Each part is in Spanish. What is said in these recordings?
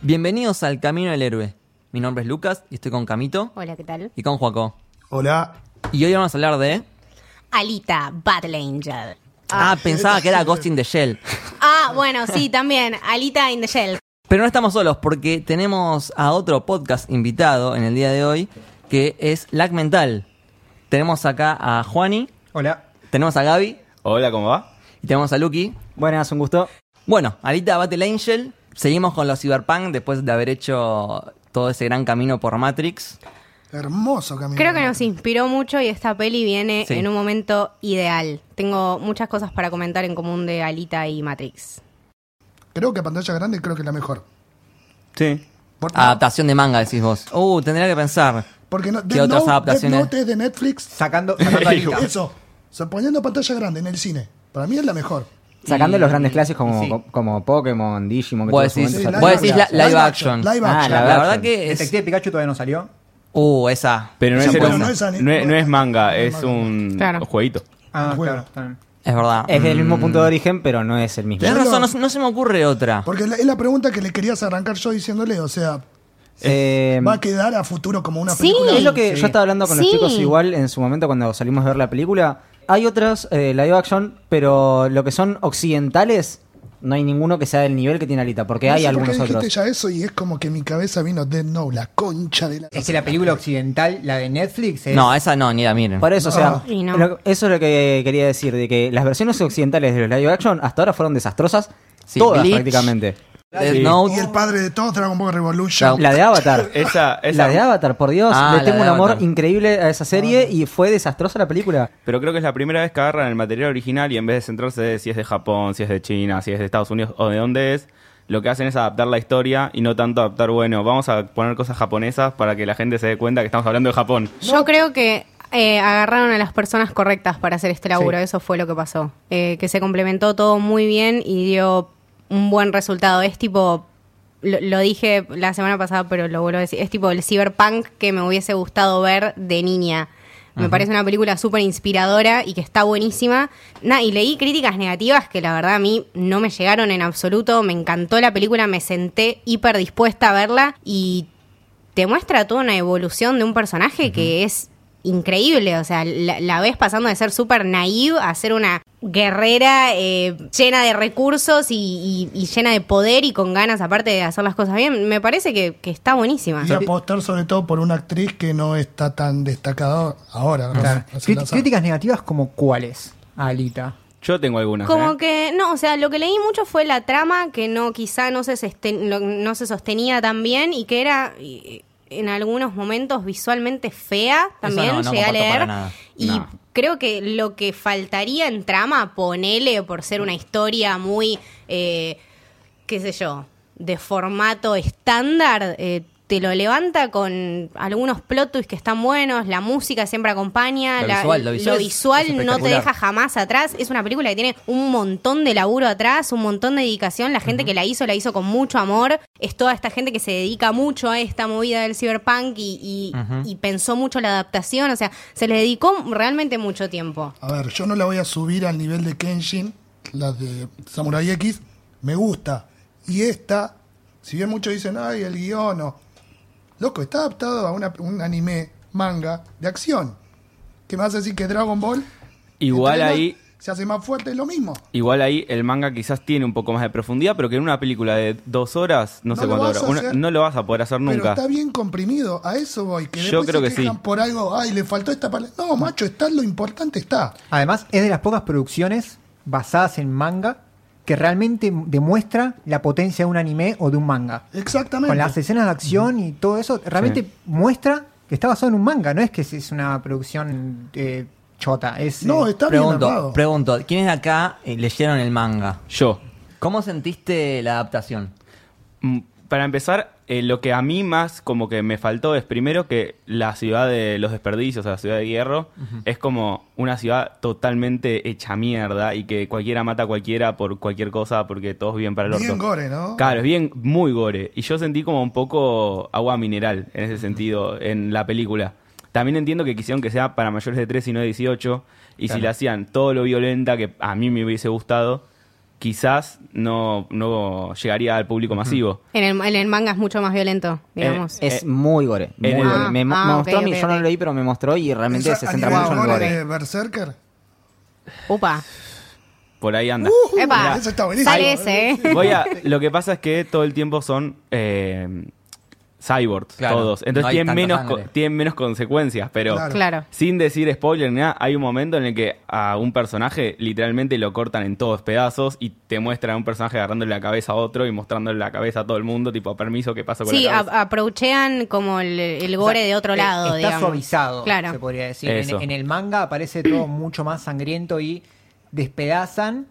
Bienvenidos al Camino del Héroe. Mi nombre es Lucas y estoy con Camito Hola, ¿qué tal? y con Joaco. Hola. Y hoy vamos a hablar de... Alita, Battle Angel. Ah, pensaba que era Ghost in the Shell. Ah, bueno, sí, también. Alita in the Shell. Pero no estamos solos porque tenemos a otro podcast invitado en el día de hoy que es Lac Mental. Tenemos acá a Juani, Hola. tenemos a Gaby Hola, ¿cómo va? y tenemos a Lucky. Buenas, un gusto. Bueno, Alita Battle Angel, seguimos con los Cyberpunk después de haber hecho todo ese gran camino por Matrix. Hermoso camino. Creo que nos inspiró mucho y esta peli viene Sí. en un momento ideal. Tengo muchas cosas para comentar en común de Alita y Matrix. Creo que pantalla grande creo que es la mejor. Sí. Por- Adaptación de manga, decís vos. Ah. Uh, tendría que pensar. Porque no, ¿Qué Death otras Note- adaptaciones? Death Note es de Netflix. Sacando, sacando, a Alita. Eso. O sea, poniendo pantalla grande en el cine. Para mí es la mejor. Sacando los grandes clásicos como, sí. co- como Pokémon, Digimon. que Vos tuvo su decís- momento vos satánico. decís la- live action. Live Ah, action. La, live verdad action. que es... Detective Pikachu todavía no salió. Uh, esa. Pero no Esa es, bueno, un- no es ani- no es- no es manga, es manga. un Claro. jueguito. Ah, Bueno. claro. está bien. Es verdad. Es del mismo Mm. punto de origen, pero no es el mismo. Tenés razón, no, no se me ocurre otra. Porque es la, es la pregunta que le querías arrancar yo diciéndole. O sea, Eh, va a quedar a futuro como una Sí. película. es lo que yo estaba hablando con los Sí. chicos igual en su momento cuando salimos a ver la película. Hay otros eh, live action, pero lo que son occidentales, no hay ninguno que sea del nivel que tiene Alita, porque No hay sé por algunos qué dijiste otros. ya eso y es como que en mi cabeza vino Dead Note, la concha de la... Es que la película occidental, la de Netflix, es. No, esa no, ni la miren. Por eso, o sea, Oh, Y no. lo- eso es lo que quería decir, de que las versiones occidentales de los live action hasta ahora fueron desastrosas, Sí, todas Bleach. prácticamente. Death Sí. Note. Y el padre de todos, Dragon Ball Revolution. La de Avatar. Esa, esa- La de Avatar, por Dios, Ah, la le tengo de un amor Avatar. increíble a esa serie Ah. y fue desastrosa la película. Pero creo que es la primera vez que agarran el material original y en vez de centrarse de si es de Japón, si es de China, si es de Estados Unidos o de dónde es, lo que hacen es adaptar la historia y no tanto adaptar, bueno, vamos a poner cosas japonesas para que la gente se dé cuenta que estamos hablando de Japón. Yo creo que eh, agarraron a las personas correctas para hacer este laburo. Sí. Eso fue lo que pasó. Eh, que se complementó todo muy bien y dio un buen resultado. Es tipo. Lo, lo dije la semana pasada, pero lo vuelvo a decir. Es tipo el cyberpunk que me hubiese gustado ver de niña. Me parece una película súper inspiradora y que está buenísima. Nah, y leí críticas negativas que la verdad a mí no me llegaron en absoluto. Me encantó la película, me senté hiper dispuesta a verla y te muestra toda una evolución de un personaje que es increíble. O sea, la, la ves pasando de ser súper naive a ser una guerrera eh, llena de recursos y, y- y llena de poder y con ganas, aparte de hacer las cosas bien. Me parece que, que está buenísima. Y apostar sobre todo por una actriz que no está tan destacada ahora. ¿no? Claro. Hace Crit- las- críticas negativas como cuáles, Alita. Yo tengo algunas. Como ¿eh? que, no, o sea, lo que leí mucho fue la trama que no, quizá no se, sosten- no- no se sostenía tan bien y que era y- en algunos momentos visualmente fea también, no, no llegué a comparto para leer. nada. Y No. creo que lo que faltaría en trama, ponele por ser una historia muy, eh, qué sé yo, de formato estándar, eh, te lo levanta con algunos plot twists que están buenos, la música siempre acompaña, Lo la- visual, lo visual es- visual es no te espectacular. deja jamás atrás. Es una película que tiene un montón de laburo atrás, un montón de dedicación. La gente que la hizo, la hizo con mucho amor. Es toda esta gente que se dedica mucho a esta movida del cyberpunk y, y- y pensó mucho la adaptación. O sea, se le dedicó realmente mucho tiempo. A ver, yo no la voy a subir al nivel de Kenshin, la de Samurai X, me gusta. Y esta, si bien muchos dicen, ay, el guión, no. Loco, está adaptado a una- un anime, manga, de acción. ¿Qué más decir que Dragon Ball? Igual Entre ahí, más, Se hace más fuerte, es lo mismo. igual ahí el manga quizás tiene un poco más de profundidad, pero que en una película de dos horas, no, No sé lo cuánto vas dura, a una- hacer. no lo vas a poder hacer Pero nunca. está bien comprimido, a eso voy. Que Yo después creo se que quejan sí. por algo, ay, le faltó esta palabra. No, macho, está lo importante, está. Además, es de las pocas producciones basadas en manga que realmente demuestra la potencia de un anime o de un manga. Exactamente. Con las escenas de acción y todo eso, realmente Sí. muestra que está basado en un manga, no es que es- es una producción eh, chota. Es, No, eh, está bien Pregunto, armado. pregunto, ¿quiénes de acá eh, leyeron el manga? Yo. ¿Cómo sentiste la adaptación? Mm, Para empezar, eh, lo que a mí más como que me faltó es primero que la ciudad de los desperdicios, o sea, la ciudad de hierro, es como una ciudad totalmente hecha mierda y que cualquiera mata a cualquiera por cualquier cosa porque todos viven para el orto. Bien gore, ¿no? Claro, es bien, muy gore. Y yo sentí como un poco agua mineral en ese sentido, en la película. También entiendo que quisieron que sea para mayores de 3 y no de 18. Y si la hacían todo lo violenta que a mí me hubiese gustado, quizás no, no llegaría al público masivo. En el, en el manga es mucho más violento, Eh, digamos. Es muy gore. Muy eh, gore. Me, me ah, mostró ok, a mí, ok, yo no ok. lo leí, pero me mostró y realmente ¿Eso se centra animado mucho en el ahora gore. de Berserker? Upa. Por ahí anda. Uh, Epa. eso está buenísimo. Sale ese, ¿eh? Voy a, lo que pasa es que todo el tiempo son eh, cyborgs, Claro, todos. no Entonces hay tienen, tanta menos sangre. co- tienen menos consecuencias, pero Claro. Claro. sin decir spoiler ni nada, hay un momento en el que a un personaje literalmente lo cortan en todos pedazos y te muestran a un personaje agarrándole la cabeza a otro y mostrándole la cabeza a todo el mundo, tipo, permiso, ¿qué pasa con Sí, la a- cabeza? aprochean como el, el gore O sea, de otro eh, lado, Está digamos. suavizado, Claro. se podría decir. En, Eso. en el manga aparece todo mucho más sangriento y despedazan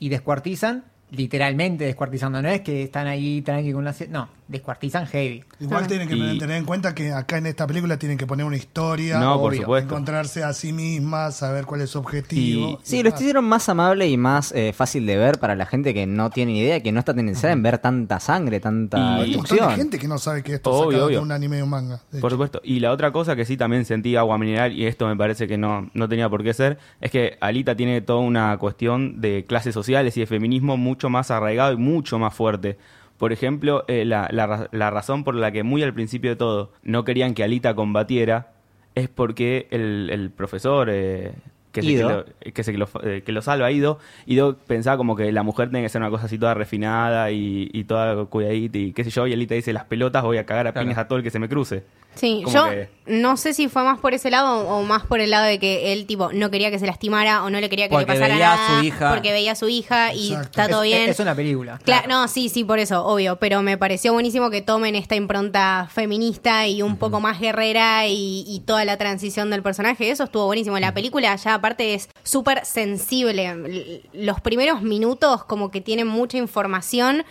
y descuartizan, literalmente descuartizando. No es que están ahí tranqui con la... se- No, descuartizan heavy. Igual tienen que Y- tener en cuenta que acá en esta película tienen que poner una historia, No, por obvio, supuesto. encontrarse a sí misma, saber cuál es su objetivo. Y- Sí, lo demás. hicieron más amable y más eh, fácil de ver para la gente que no tiene idea, que no está tendenciada en ver tanta sangre, tanta Y- Hay un montón de destrucción. gente que no sabe que esto es Obvio, sacado de obvio. un anime o un manga. de Por hecho. supuesto. Y la otra cosa que sí también sentí agua mineral, y esto me parece que no, no tenía por qué ser, es que Alita tiene toda una cuestión de clases sociales y de feminismo mucho más arraigado y mucho más fuerte. Por ejemplo, eh, la, la ra- la razón por la que muy al principio de todo no querían que Alita combatiera es porque el, el profesor... eh, que, se, que, Ido. lo, que se- que lo- eh, que lo salva Ido, Ido pensaba como que la mujer tiene que ser una cosa así toda refinada y, y toda cuidadita y qué sé yo, y Alita dice, las pelotas voy a cagar a Claro. piñas a todo el que se me cruce. Sí, Como yo que- no sé si fue más por ese lado o más por el lado de que él tipo no quería que se lastimara o no le quería que Porque le pasara veía a nada su hija. porque veía a su hija y Exacto. está todo es, bien. es una película. Cla- no, sí, sí, por eso, obvio, pero me pareció buenísimo que tomen esta impronta feminista y un poco más guerrera y, y toda la transición del personaje, eso estuvo buenísimo. La película ya aparte es súper sensible, L- los primeros minutos como que tienen mucha información,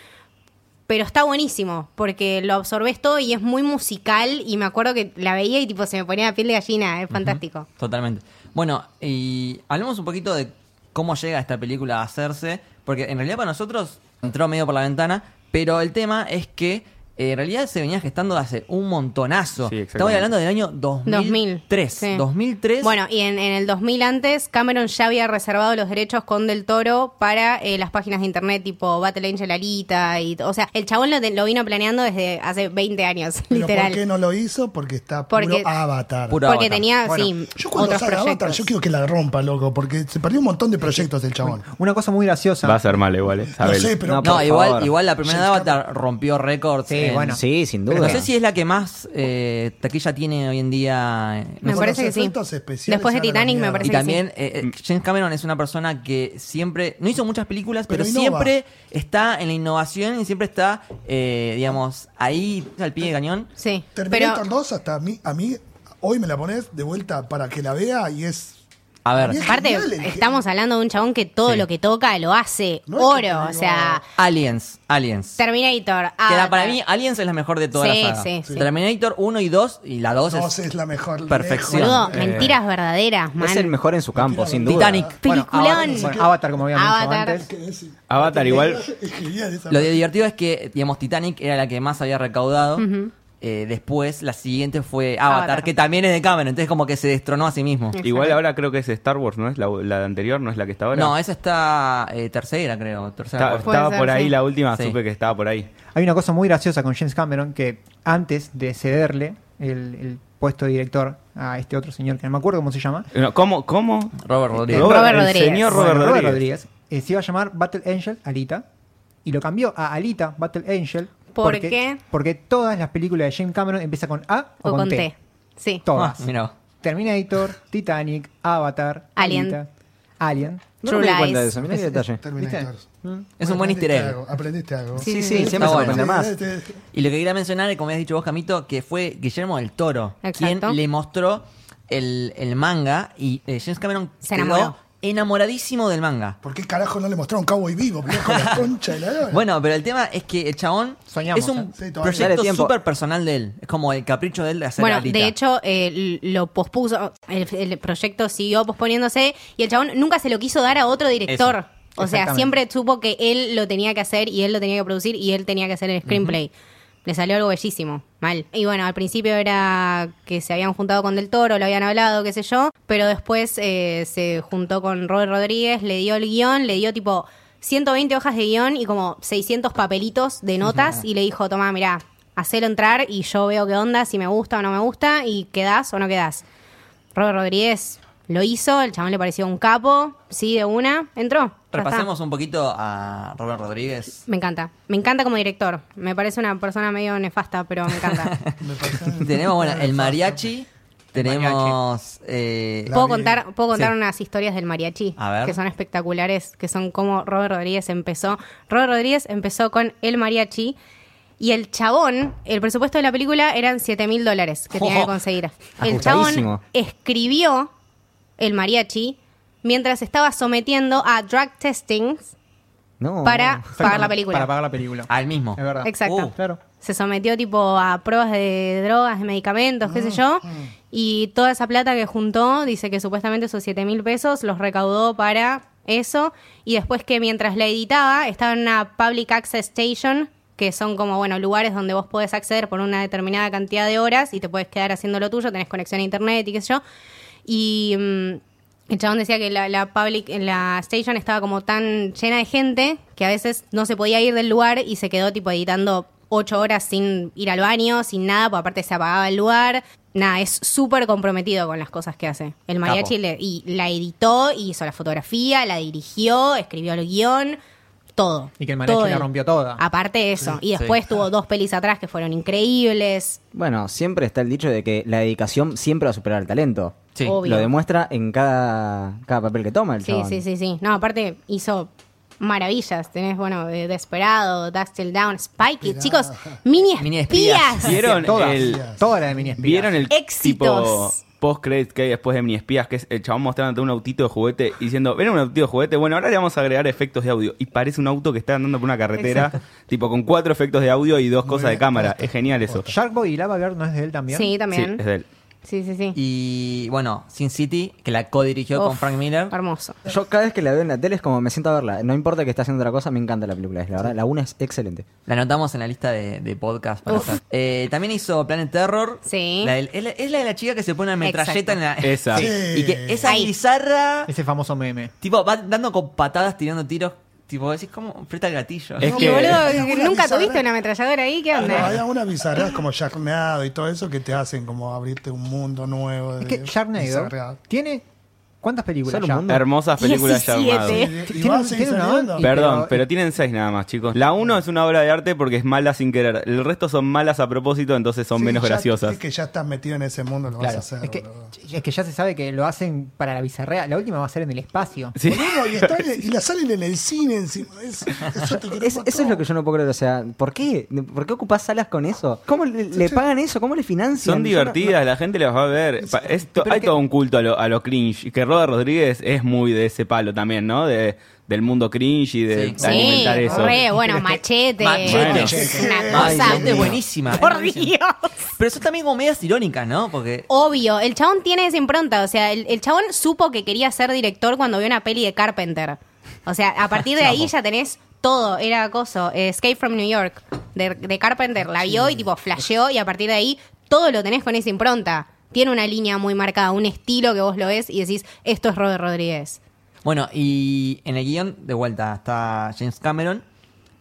pero está buenísimo, porque lo absorbes todo y es muy musical y me acuerdo que la veía y tipo se me ponía la piel de gallina, es fantástico. Totalmente. Bueno, y hablemos un poquito de cómo llega esta película a hacerse, porque en realidad para nosotros entró medio por la ventana, pero el tema es que eh, en realidad se venía gestando hace un montonazo. Sí, exactamente. Estamos hablando del año 2000. 2003. sí. 2003. Bueno, y en, en el 2000 antes, Cameron ya había reservado los derechos con Del Toro para eh, las páginas de internet tipo Battle Angel Alita. Y, t- o sea, el chabón lo, te- lo vino planeando desde hace 20 años, Pero literal. ¿por qué no lo hizo? Porque está Porque- puro Avatar. Puro- Porque Avatar. tenía, Bueno, sí, Yo cuando otros salga proyectos. Avatar, yo quiero que la rompa, loco, porque se perdió un montón de proyectos del chabón. Una cosa muy graciosa. Va a ser mal igual, eh, No sabelo. sé, pero No, no, por igual, favor. igual la primera de James Avatar rompió récords. Sí, en- bueno. Sí, sin duda. No sé si es la que más eh, taquilla tiene hoy en día. eh, Me Con parece los que sí. efectos especiales Después de eran la Titanic me mierda. Y parece que sí. también eh, eh, James Cameron es una persona que siempre, no hizo muchas películas, pero, Pero innova. siempre está en la innovación y siempre está, eh, digamos, ahí al pie de cañón. Sí, pero... Terminator 2 hasta a mí, a mí, hoy me la pones de vuelta para que la vea y es... A ver, Bien. Aparte, Genial, el- estamos hablando de un chabón que todo Sí. lo que toca lo hace No es que oro, te o digo- sea, Aliens, Aliens. Terminator. que Avatar. la- para mí Aliens es la mejor de todas Sí, las sagas. sí, sí. Terminator 1 y 2 y la 2 Dos es es la mejor. Perfección. lejos. Boludo, mentiras verdaderas, man. Es el mejor en su campo, sin duda. Titanic. Bueno, Avatar, Peliculón. bueno, Avatar, como habíamos dicho Avatar. antes. Que es- Avatar Ah, igual. es genial esa Lo parte. divertido es que, digamos, Titanic era la que más había recaudado. Eh, después, la siguiente fue Avatar, Avatar. que también es de Cameron. Entonces, como que se destronó a sí mismo. Igual ahora creo que es Star Wars, ¿no es? La, la anterior, ¿no es la que está ahora? No, esa está eh, tercera, creo. Tercera, Está- cuarta. Puede estaba ser, por ahí sí. la última, Sí. supe que estaba por ahí. Hay una cosa muy graciosa con James Cameron que antes de cederle el, el puesto de director a este otro señor que no me acuerdo cómo se llama, No, ¿Cómo? ¿Cómo? Robert Rodríguez. Robert el Rodríguez. señor Bueno, Robert Rodríguez. eh, se iba a llamar Battle Angel Alita y lo cambió a Alita Battle Angel. ¿Por qué? Porque todas las películas de James Cameron empiezan con A o, O con T. Sí. Ah, Todas. mira vos. Terminator, Titanic, Avatar, Alien. Alita, Alien. No True me di cuenta Lies. de eso, mirá qué detalle. Terminator. Es un buen Aprendiste easter egg. algo, Aprendiste algo. Este, Sí, sí, Sí, sí, está siempre se bueno. aprende más. Sí, sí, sí. Y lo que quería mencionar, eh, como habías dicho vos, Camito, que fue Guillermo del Toro Exacto. quien le mostró el, el manga y eh, James Cameron Se quedó enamoró. enamoradísimo del manga. ¿Por qué carajo no le mostraron Cowboy Vivo? Con la concha de la lora. Bueno, pero el tema es que el chabón Soñamos, es un ¿eh? Sí, todavía. Dale proyecto tiempo. súper personal de él. Es como el capricho de él de hacer Bueno, Alita. de hecho, eh, l- lo pospuso, el, el proyecto siguió posponiéndose y el chabón nunca se lo quiso dar a otro director. Eso, O sea, exactamente. siempre supo que él lo tenía que hacer y él lo tenía que producir y él tenía que hacer el screenplay. Le salió algo bellísimo, mal. Y bueno, al principio era que se habían juntado con Del Toro, lo habían hablado, qué sé yo, pero después eh, se juntó con Robert Rodríguez, le dio el guión, le dio tipo 120 hojas de guión y como 600 papelitos de notas y le dijo, toma, mirá, hacelo entrar y yo veo qué onda, si me gusta o no me gusta y quedás o no quedás. Robert Rodríguez lo hizo, el chabón le pareció un capo, sí, de una, entró. ya está. Repasemos un poquito a Robert Rodríguez. Me encanta, me encanta como director. Me parece una persona medio nefasta, pero me encanta. Me parece- tenemos, bueno, el mariachi. Tenemos. eh, La ¿Puedo vi. contar, puedo contar Sí. unas historias del mariachi A ver. que son espectaculares, que son como Robert Rodríguez empezó. Robert Rodríguez empezó con el mariachi y el chabón, el presupuesto de la película eran 7 mil dólares que tenía que conseguir. El chabón Ajustadísimo. escribió el mariachi mientras estaba sometiendo a drug testing No. para pagar la Exactamente, película. Para pagar la película. al mismo. Es verdad. Exacto. Uh. Claro. Se sometió tipo a pruebas de drogas, de medicamentos, qué sé yo. Y toda esa plata que juntó, dice que supuestamente esos 7 mil pesos los recaudó para eso. Y después que mientras la editaba, estaba en una public access station, que son como, bueno, lugares donde vos podés acceder por una determinada cantidad de horas y te puedes quedar haciendo lo tuyo, tenés conexión a internet y qué sé yo. Y mm, el chabón decía que la, la public, la station estaba como tan llena de gente que a veces no se podía ir del lugar y se quedó tipo editando ocho horas sin ir al baño, sin nada, porque aparte se apagaba el lugar. Nada, es súper comprometido con las cosas que hace. El mariachi le- y la editó, hizo la fotografía, la dirigió, escribió el guión, todo. Y que el mariachi Todo la él. rompió toda. Aparte de eso. Y después tuvo dos pelis atrás que fueron increíbles. Bueno, siempre está el dicho de que la dedicación siempre va a superar el talento. Sí. Obvio. Lo demuestra en cada, cada papel que toma el Sí, chabón. sí, sí, sí. No, aparte hizo maravillas. Tenés, bueno, de- Desperado, Dust Till Down, Spikey. Desperado. Chicos, mini espías. Mini espías. ¿Vieron Todas. el, Toda la de Mini Espías. ¿Vieron el Éxitos. tipo post credit que hay después de Mini Espías? Que es el chabón mostrándote un autito de juguete y diciendo, ven un autito de juguete, bueno, ahora le vamos a agregar efectos de audio. Y parece un auto que está andando por una carretera, tipo con cuatro efectos de audio y dos cosas de bien, cámara. puesto. Es genial eso. Sharkboy y Lava Girl no es de él también. Sí, Sí, también. es de él. Sí, sí, sí. Y bueno, Sin City, que la co-dirigió Uf, con Frank Miller. Hermoso. Yo cada vez que la veo en la tele es como me siento a verla. No importa que esté haciendo otra cosa, me encanta la película. es La verdad, la una es excelente. La anotamos en la lista de, de podcast. para Uf. hacer. Eh, también hizo Planet Terror. Sí. La del- es, la, es la de la chica que se pone una metralleta en la. Esa. Sí. Y que esa Ahí. bizarra. Ese famoso meme. Tipo, va dando con patadas, tirando tiros. Tipo, decís, ¿cómo? Freta el gatillo. Es No, Y que- pero- boludo, ¿nunca bizarra- tuviste una ametralladora ahí? ¿Qué Pero hay onda? algunas bizarras como Sharknado y todo eso que te hacen como abrirte un mundo nuevo. De Es que Sharknado bizarras. tiene. ¿Cuántas películas Solo un ya? mundo. Hermosas películas ya 17. armadas. Y, Eh, y tiene va a un- seguir tiene una saliendo. onda. Perdón, pero- pero tienen seis nada más, chicos. La uno es una obra de arte porque es mala sin querer. El resto son malas a propósito, entonces son Sí, menos ya- graciosas. Es que ya estás metido en ese mundo, lo vas a hacer. Es que, boludo. es que ya se sabe que lo hacen para la bizarrea. La última va a ser en el espacio. Sí. Boludo, y, está en- y la salen en el cine encima. Eso, eso, te Es- eso es lo que yo no puedo creer. O sea, ¿por qué? ¿Por qué ocupas salas con eso? ¿Cómo le, le pagan eso? ¿Cómo le financian? Son Yo no- no- divertidas, la gente las va a ver. Pa- es to- pero hay que- todo un culto a lo, a lo cringe. Y que Robert Rodríguez es muy de ese palo también, ¿no? De, del mundo cringe y de, Sí. de Sí, Sí, alimentar eso. re, bueno, machete. Machete. Una Ay, cosa. Dios mío. es buenísima. es Por buenísima. Dios. Pero son también comedias irónicas, ¿no? Porque. Obvio, el chabón tiene esa impronta. O sea, el, el chabón supo que quería ser director cuando vio una peli de Carpenter. O sea, a partir de ahí ya tenés todo. Era acoso. eh, Escape from New York de, de Carpenter la vio y tipo flasheó y a partir de ahí todo lo tenés con esa impronta. Tiene una línea muy marcada, un estilo que vos lo ves y decís, esto es Robert Rodríguez. Bueno, y en el guión, de vuelta, está James Cameron.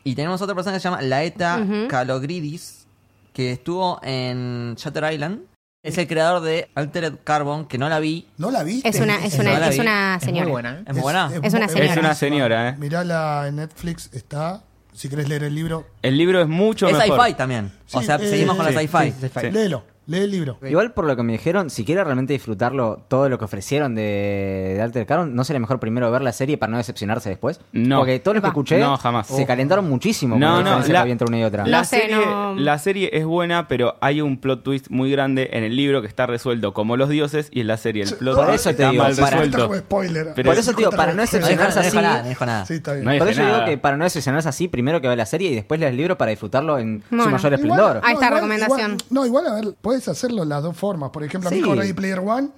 Y tenemos otra persona que se llama Laeta Kalogridis, que estuvo en Shutter Island. Es el creador de Altered Carbon, que no la vi. ¿No la viste? Es una, es una, la es vi. una Es Ah, señora. muy buena. ¿eh? Es muy buena. Es una mu- señora. Es una señora, ¿eh? Mirala en Netflix, está. Si querés leer el libro, El libro es mucho Es mejor. sci-fi también. o Sí, sea, eh, seguimos con sí, la sci-fi. Sí, sí, sí. léelo, lee el libro. Igual por lo que me dijeron, si quiere realmente disfrutarlo, todo lo que ofrecieron de, de Alter Carbon, ¿no sería mejor primero ver la serie para no decepcionarse después? No. Porque todo lo Va. que escuché No, jamás. se calentaron muchísimo con No, la no, diferencia que la- había entre una y otra. No La, sé, serie, no- la serie es buena, pero hay un plot twist muy grande en el libro que está resuelto como los dioses y en la serie el plot Por twist eso te está digo, mal para- Cuenta resuelto. como spoiler. Pero- Por eso, tío, para no No dijo, decepcionar- no dijo Sí. nada, no dijo nada. Sí, está bien. No hay- Por eso dije digo nada. que para no decepcionarse así, primero que vea la serie y después lea el libro para disfrutarlo en Bueno. su mayor Igual- esplendor. no, Ahí está igual- recomendación. igual- no, igual, a ver, puedes hacerlo las dos formas. Por ejemplo, a mí Sí. con Ready Player One,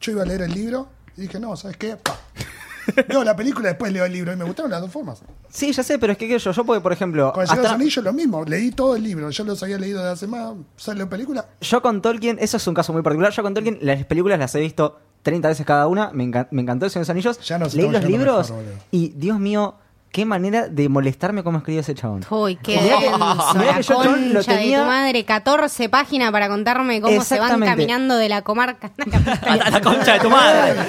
yo iba a leer el libro y dije, no, ¿sabes qué? Pa. Leo la película, después leo el libro y me gustaron las dos formas. Sí, ya sé, pero es que qué sé yo, yo porque, por ejemplo, Con el Señor de los hasta- Anillos lo mismo, leí todo el libro, yo los había leído de hace más, salió la película. yo con Tolkien, eso es un caso muy particular, yo con Tolkien las películas las he visto 30 veces cada una, me, encan- me encantó El Señor de los Anillos, Ya nos leí estamos los yendo libros mejor, boludo. y, Dios mío, qué manera de molestarme cómo escribió ese chabón. Uy, qué Mirá que- denso, mirá la que yo, John, lo concha de tenía- tu madre, 14 páginas para contarme cómo se van Exactamente. caminando de la comarca. A la- a la concha de tu madre.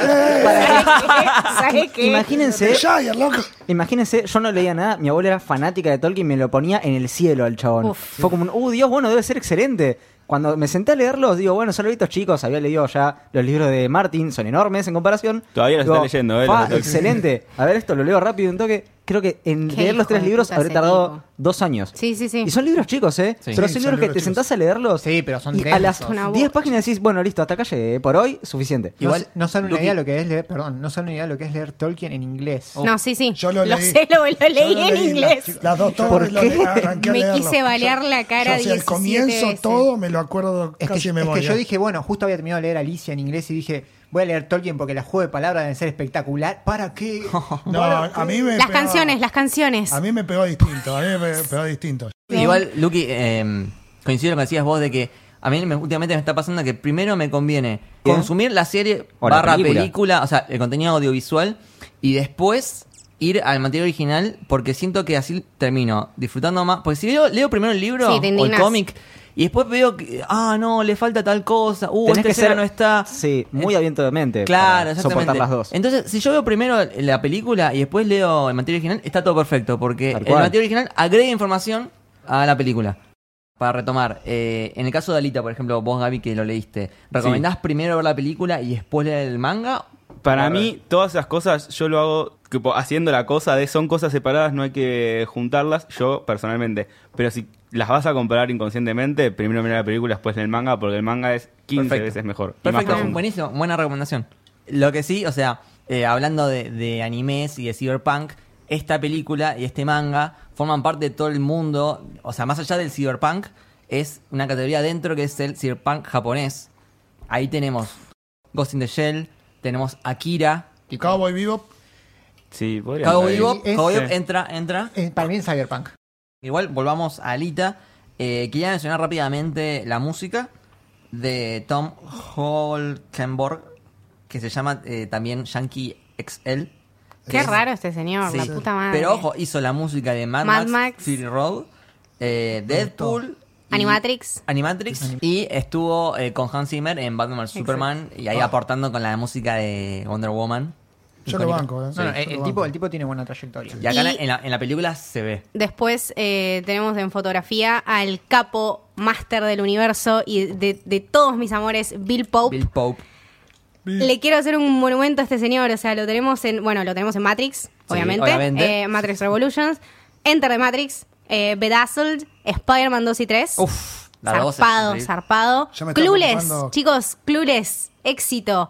¿Sabes qué? Imagínense, Shire, loco. imagínense, yo no leía nada, mi abuela era fanática de Tolkien, me lo ponía en el cielo al chabón. Uf. Fue como un, uh, Dios, bueno, debe ser excelente. Cuando me senté a leerlos, digo, bueno, son libritos chicos, había leído ya los libros de Martin, son enormes en comparación. Todavía los Digo, está leyendo, ¿eh? "Fa, Los de Tolkien". excelente. A ver esto, lo leo rápido un toque. Creo que en Qué leer los hijo tres de libros puta habré ese tardado tipo. dos años. Sí, sí, sí. Y son libros chicos, ¿eh? Sí. Pero Sí, son son libros que libros te chicos. sentás a leerlos. Sí, pero son y a las densos. Una 10 bocha. páginas decís, bueno, listo, hasta acá llegué, por hoy, suficiente. Igual No no son una idea lo que es leer, perdón, no son una idea lo que es leer Tolkien en inglés. No, sí, sí. Yo lo leí. sé, lo, lo Yo leí lo en leí, inglés. la- Las dos torres ¿Por lo qué? leí, arranqué a Me leerlo. quise balear la cara Yo, o sea, 17 el comienzo veces. todo me lo acuerdo Es, casi que, de es memoria. que yo dije, bueno, justo había terminado de leer Alicia en inglés y dije, voy a leer Tolkien porque la juego de palabras deben ser espectacular. ¿Para qué? no, a mí me Las pegó- canciones, las canciones. A mí me pegó distinto, a mí me pe- pegó distinto. Igual, Luqui, eh, coincido con lo que decías vos de que a mí me- últimamente me está pasando que primero me conviene ¿Qué? consumir la serie O la barra película. película. o sea, el contenido audiovisual, y después ir al material original porque siento que así termino disfrutando más. Porque si leo, leo primero el libro Sí, te o el indignás. cómic y después veo que, ah, no, le falta tal cosa, uh, Tenés esta que escena ser- no está. Sí, muy aviento de mente. Claro, para exactamente. Soportar las dos. Entonces, si yo veo primero la película y después leo el material original, está todo perfecto, porque Tal el cual. material original agrega información a la película. Para retomar, eh, en el caso de Alita, por ejemplo, vos Gaby que lo leíste, ¿recomendás primero ver la película y después leer el manga? Para mí, todas esas cosas yo lo hago tipo, haciendo la cosa de son cosas separadas, no hay que juntarlas, yo personalmente. Pero si las vas a comparar inconscientemente, primero mira la película, después lee el manga, porque el manga es 15 Perfecto. veces mejor. y más Perfecto, profundo. buenísimo, buena recomendación. Lo que sí, o sea, eh, hablando de, de animes y de cyberpunk, esta película y este manga forman parte de todo el mundo, o sea, más allá del cyberpunk, es una categoría dentro que es el cyberpunk japonés. Ahí tenemos Ghost in the Shell, tenemos Akira, Y Cowboy Vivo, Sí, podría Cowboy entrar ahí. Bebop, Cowboy Bebop, entra, entra. Eh, para mí es Cyberpunk. Igual volvamos a Alita. Eh, quería mencionar rápidamente la música de Tom Holkenborg, que se llama eh, también Yankee XL. Qué raro este señor, la Sí. puta madre. Pero ojo, hizo la música de Mad, Mad Max, Max. Fury Road, eh, Deadpool. y- Animatrix. Animatrix y estuvo eh, con Hans Zimmer en Batman vs Superman y ahí aportando con la música de Wonder Woman. yo lo Icónica. banco. ¿eh? No, Yo no, el, lo el banco. tipo, el tipo tiene buena trayectoria. Y acá Y- en, la, en la película se ve. Después eh, tenemos en fotografía al capo máster del universo y de, de todos mis amores, Bill Pope. Bill Pope. Le quiero hacer un monumento a este señor, o sea, lo tenemos en, bueno, lo tenemos en Matrix, obviamente, obviamente. eh, Matrix Revolutions, Enter the Matrix, eh, Bedazzled, Spider-Man 2 y 3. Uf, la voz es zarpado, increíble. zarpado. Ya me estaba Clules, preocupando. chicos, Clules, éxito.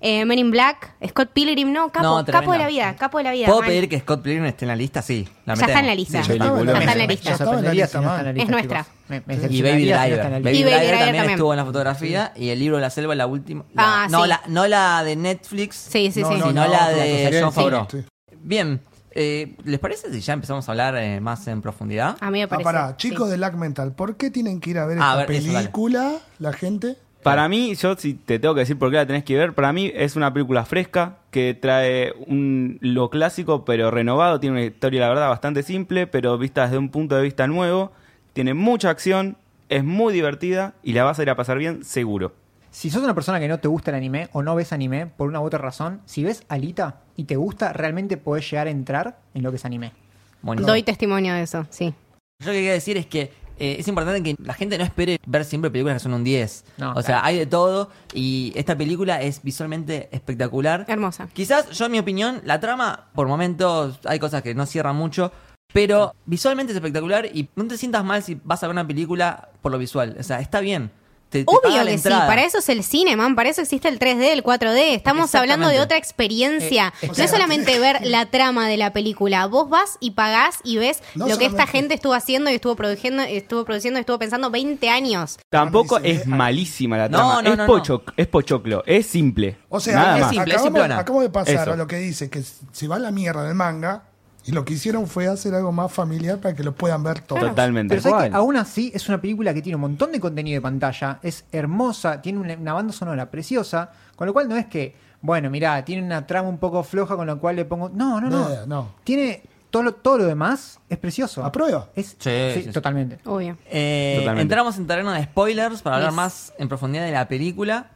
Eh, Men in Black, Scott Pilgrim, no, capo, No, capo tremendo. de la vida, capo de la vida. ¿Puedo mal. pedir que Scott Pilgrim esté en la lista? Sí. La Ya está metemos. en la lista. ya Sí, película. está en la Me lista. estaba en la sorprendería lista, si no man. está en la Es lista, nuestra. chicos. Me- me Y Baby decepcionaría si no está Driver. en la Baby, lista. Y Driver, Baby Driver también, también. estuvo en la fotografía y el libro de la selva, la última. la- Ah, no, sí. la, no la de Netflix, Sí, sí, No, sí. no, sino la de salió John en Favreau. Sí. Bien, eh, ¿les parece si ya empezamos a hablar eh, más en profundidad? A mí me Ah, parece. pará, sí. chicos de Lack Mental, ¿por qué tienen que ir a ver Ah, esta a ver, eso, dale. película la gente? Para mí, yo si te tengo que decir por qué la tenés que ver, para mí es una película fresca que trae un, lo clásico pero renovado, tiene una historia la verdad bastante simple, pero vista desde un punto de vista nuevo, tiene mucha acción, es muy divertida y la vas a ir a pasar bien seguro. Si sos una persona que no te gusta el anime o no ves anime, por una u otra razón, si ves Alita y te gusta, realmente podés llegar a entrar en lo que es anime. Bueno. Doy testimonio de eso, sí. Yo lo que quería decir es que eh, es importante que la gente no espere ver siempre películas que son un 10. No, o sea, hay de todo y esta película es visualmente espectacular. Hermosa. Quizás yo, en mi opinión, la trama, por momentos, hay cosas que no cierran mucho, pero visualmente es espectacular y no te sientas mal si vas a ver una película por lo visual. O sea, está bien. Te- te paga Obvio la que sí, entrada. para eso es el cine, man, para eso existe el 3D, el 4D, estamos hablando de Exactamente. otra experiencia, Eh, no sea, es solamente ver la trama de la película, vos vas y pagás y ves No lo que esta solamente- gente estuvo haciendo y estuvo produciendo, estuvo produciendo, estuvo pensando 20 años. Tampoco mí se me es deja. malísima la No, trama, no, es, no, no. pochoc- es pochoclo, es simple. O sea, Nada es más. simple, es acabamos, simplona. acabo de pasar Eso. a lo que dice, que se va la mierda del manga y lo que hicieron fue hacer algo más familiar para que lo puedan ver todos. Totalmente. Pero sabes que Igual. aún así es una película que tiene un montón de contenido de pantalla, es hermosa, tiene una, una banda sonora preciosa, con lo cual no es que, bueno, mirá, tiene una trama un poco floja, con lo cual le pongo. No, no, no. Nada, no. Tiene todo lo, todo lo demás es precioso. ¿Aprueba? Es, Sí, sí, sí, sí. totalmente. Obvio. Eh, Totalmente. entramos en terreno de spoilers para hablar Yes. más en profundidad de la película.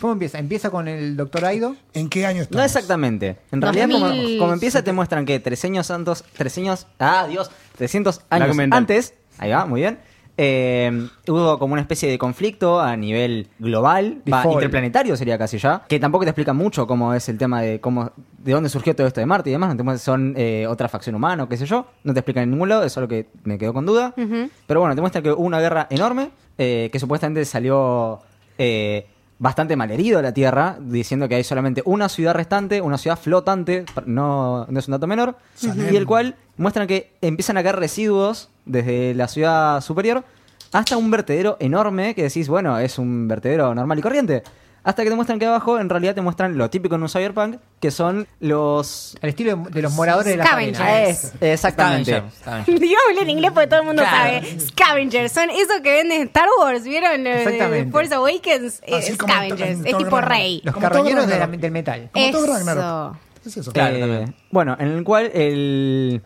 ¿Cómo empieza? Empieza con el doctor Aido. ¿En qué año estamos? No exactamente. En realidad, como, 2000. como empieza, te muestran que tres años antes, tres años, ah, Dios, 300 años Documental. antes, ahí va, muy bien, eh, hubo como una especie de conflicto a nivel global, va, Before. interplanetario sería casi ya, que tampoco te explica mucho cómo es el tema de cómo, de dónde surgió todo esto de Marte y demás, no te muestran- son eh, otra facción humana o qué sé yo, no te explican en ningún lado, eso es lo que me quedó con duda, Ujú. pero bueno, te muestran que hubo una guerra enorme, eh, que supuestamente salió eh, bastante malherido a la Tierra, diciendo que hay solamente una ciudad restante, una ciudad flotante, no, no es un dato menor, Salem. y el cual muestran que empiezan a caer residuos desde la ciudad superior hasta un vertedero enorme que decís, bueno, es un vertedero normal y corriente. Hasta que te muestran que abajo, en realidad te muestran lo típico en un cyberpunk, que son los... Al estilo de, de los moradores de la Scavengers. arena. Es, exactamente. Scavengers, scavengers. Digámosle en inglés porque todo el mundo Claro. sabe. Scavengers. Son esos que venden Star Wars, ¿vieron? Eh, Exactamente. Force Awakens. eh, Así como en to- Scavengers. en Es Thor tipo Ragnarok. rey. Los Como todo carroñeros de la- Ragnarok. del metal. Como todo Eso. Ragnarok. ¿Qué es eso? Claro, Eh, también. Bueno, en el cual el,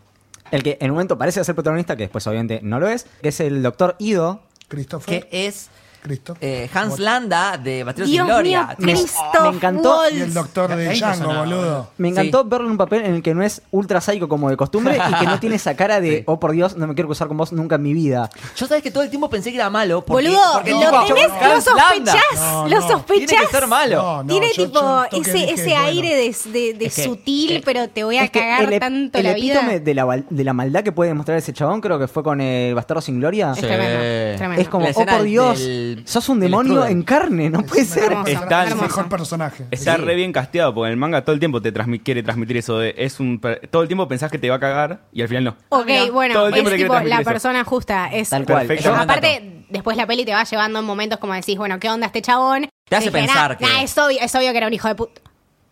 el que en un momento parece ser protagonista, que después obviamente no lo es, que es el doctor Ido. Que Christopher. es Cristo. eh, Hans Landa de Batero sin Dios mío, Gloria. Tipo, Cristo. me encantó- Y el Waltz. doctor Ahí de te Django, sonaba, boludo. boludo. Me encantó verlo en un papel en el que no es ultra psycho como de costumbre y que no tiene esa cara de, oh por Dios, no me quiero cruzar con vos nunca en mi vida. Yo sabes que todo el tiempo pensé que era malo. Porque, Boludo, porque lo tipo, tenés, Hans lo Landa. sospechás. No, lo no. sospechás. Tiene que ser malo. No, no, Tiene yo- yo tipo un toque ese, dije, ese bueno. aire de, de- de Es que- sutil, pero te voy a Es que cagar el ep- tanto el la vida. epítome De, la, val- de la maldad que puede demostrar ese chabón creo que fue con eh, el Bastardo sin Gloria. Es Sí. tremendo, tremendo. Es como, La oh escena por Dios, del- sos un del demonio Strudel. en carne, no puede ser. hermoso, Está- el hermoso. mejor personaje. Está Sí. re bien casteado, porque en el manga todo el tiempo te transmi- quiere transmitir eso de es un per- todo el tiempo pensás que te va a cagar y al final no. Ok, Mira, bueno, todo el tiempo es le quiere tipo la transmitir eso. persona justa. Es, Tal cual. Perfecto. Yo- Buen aparte, después la peli te va llevando en momentos como decís, bueno, ¿qué onda este chabón? Te hace Y dije, pensar "Nah, que- nah, es, obvio, es obvio que era un hijo de puta.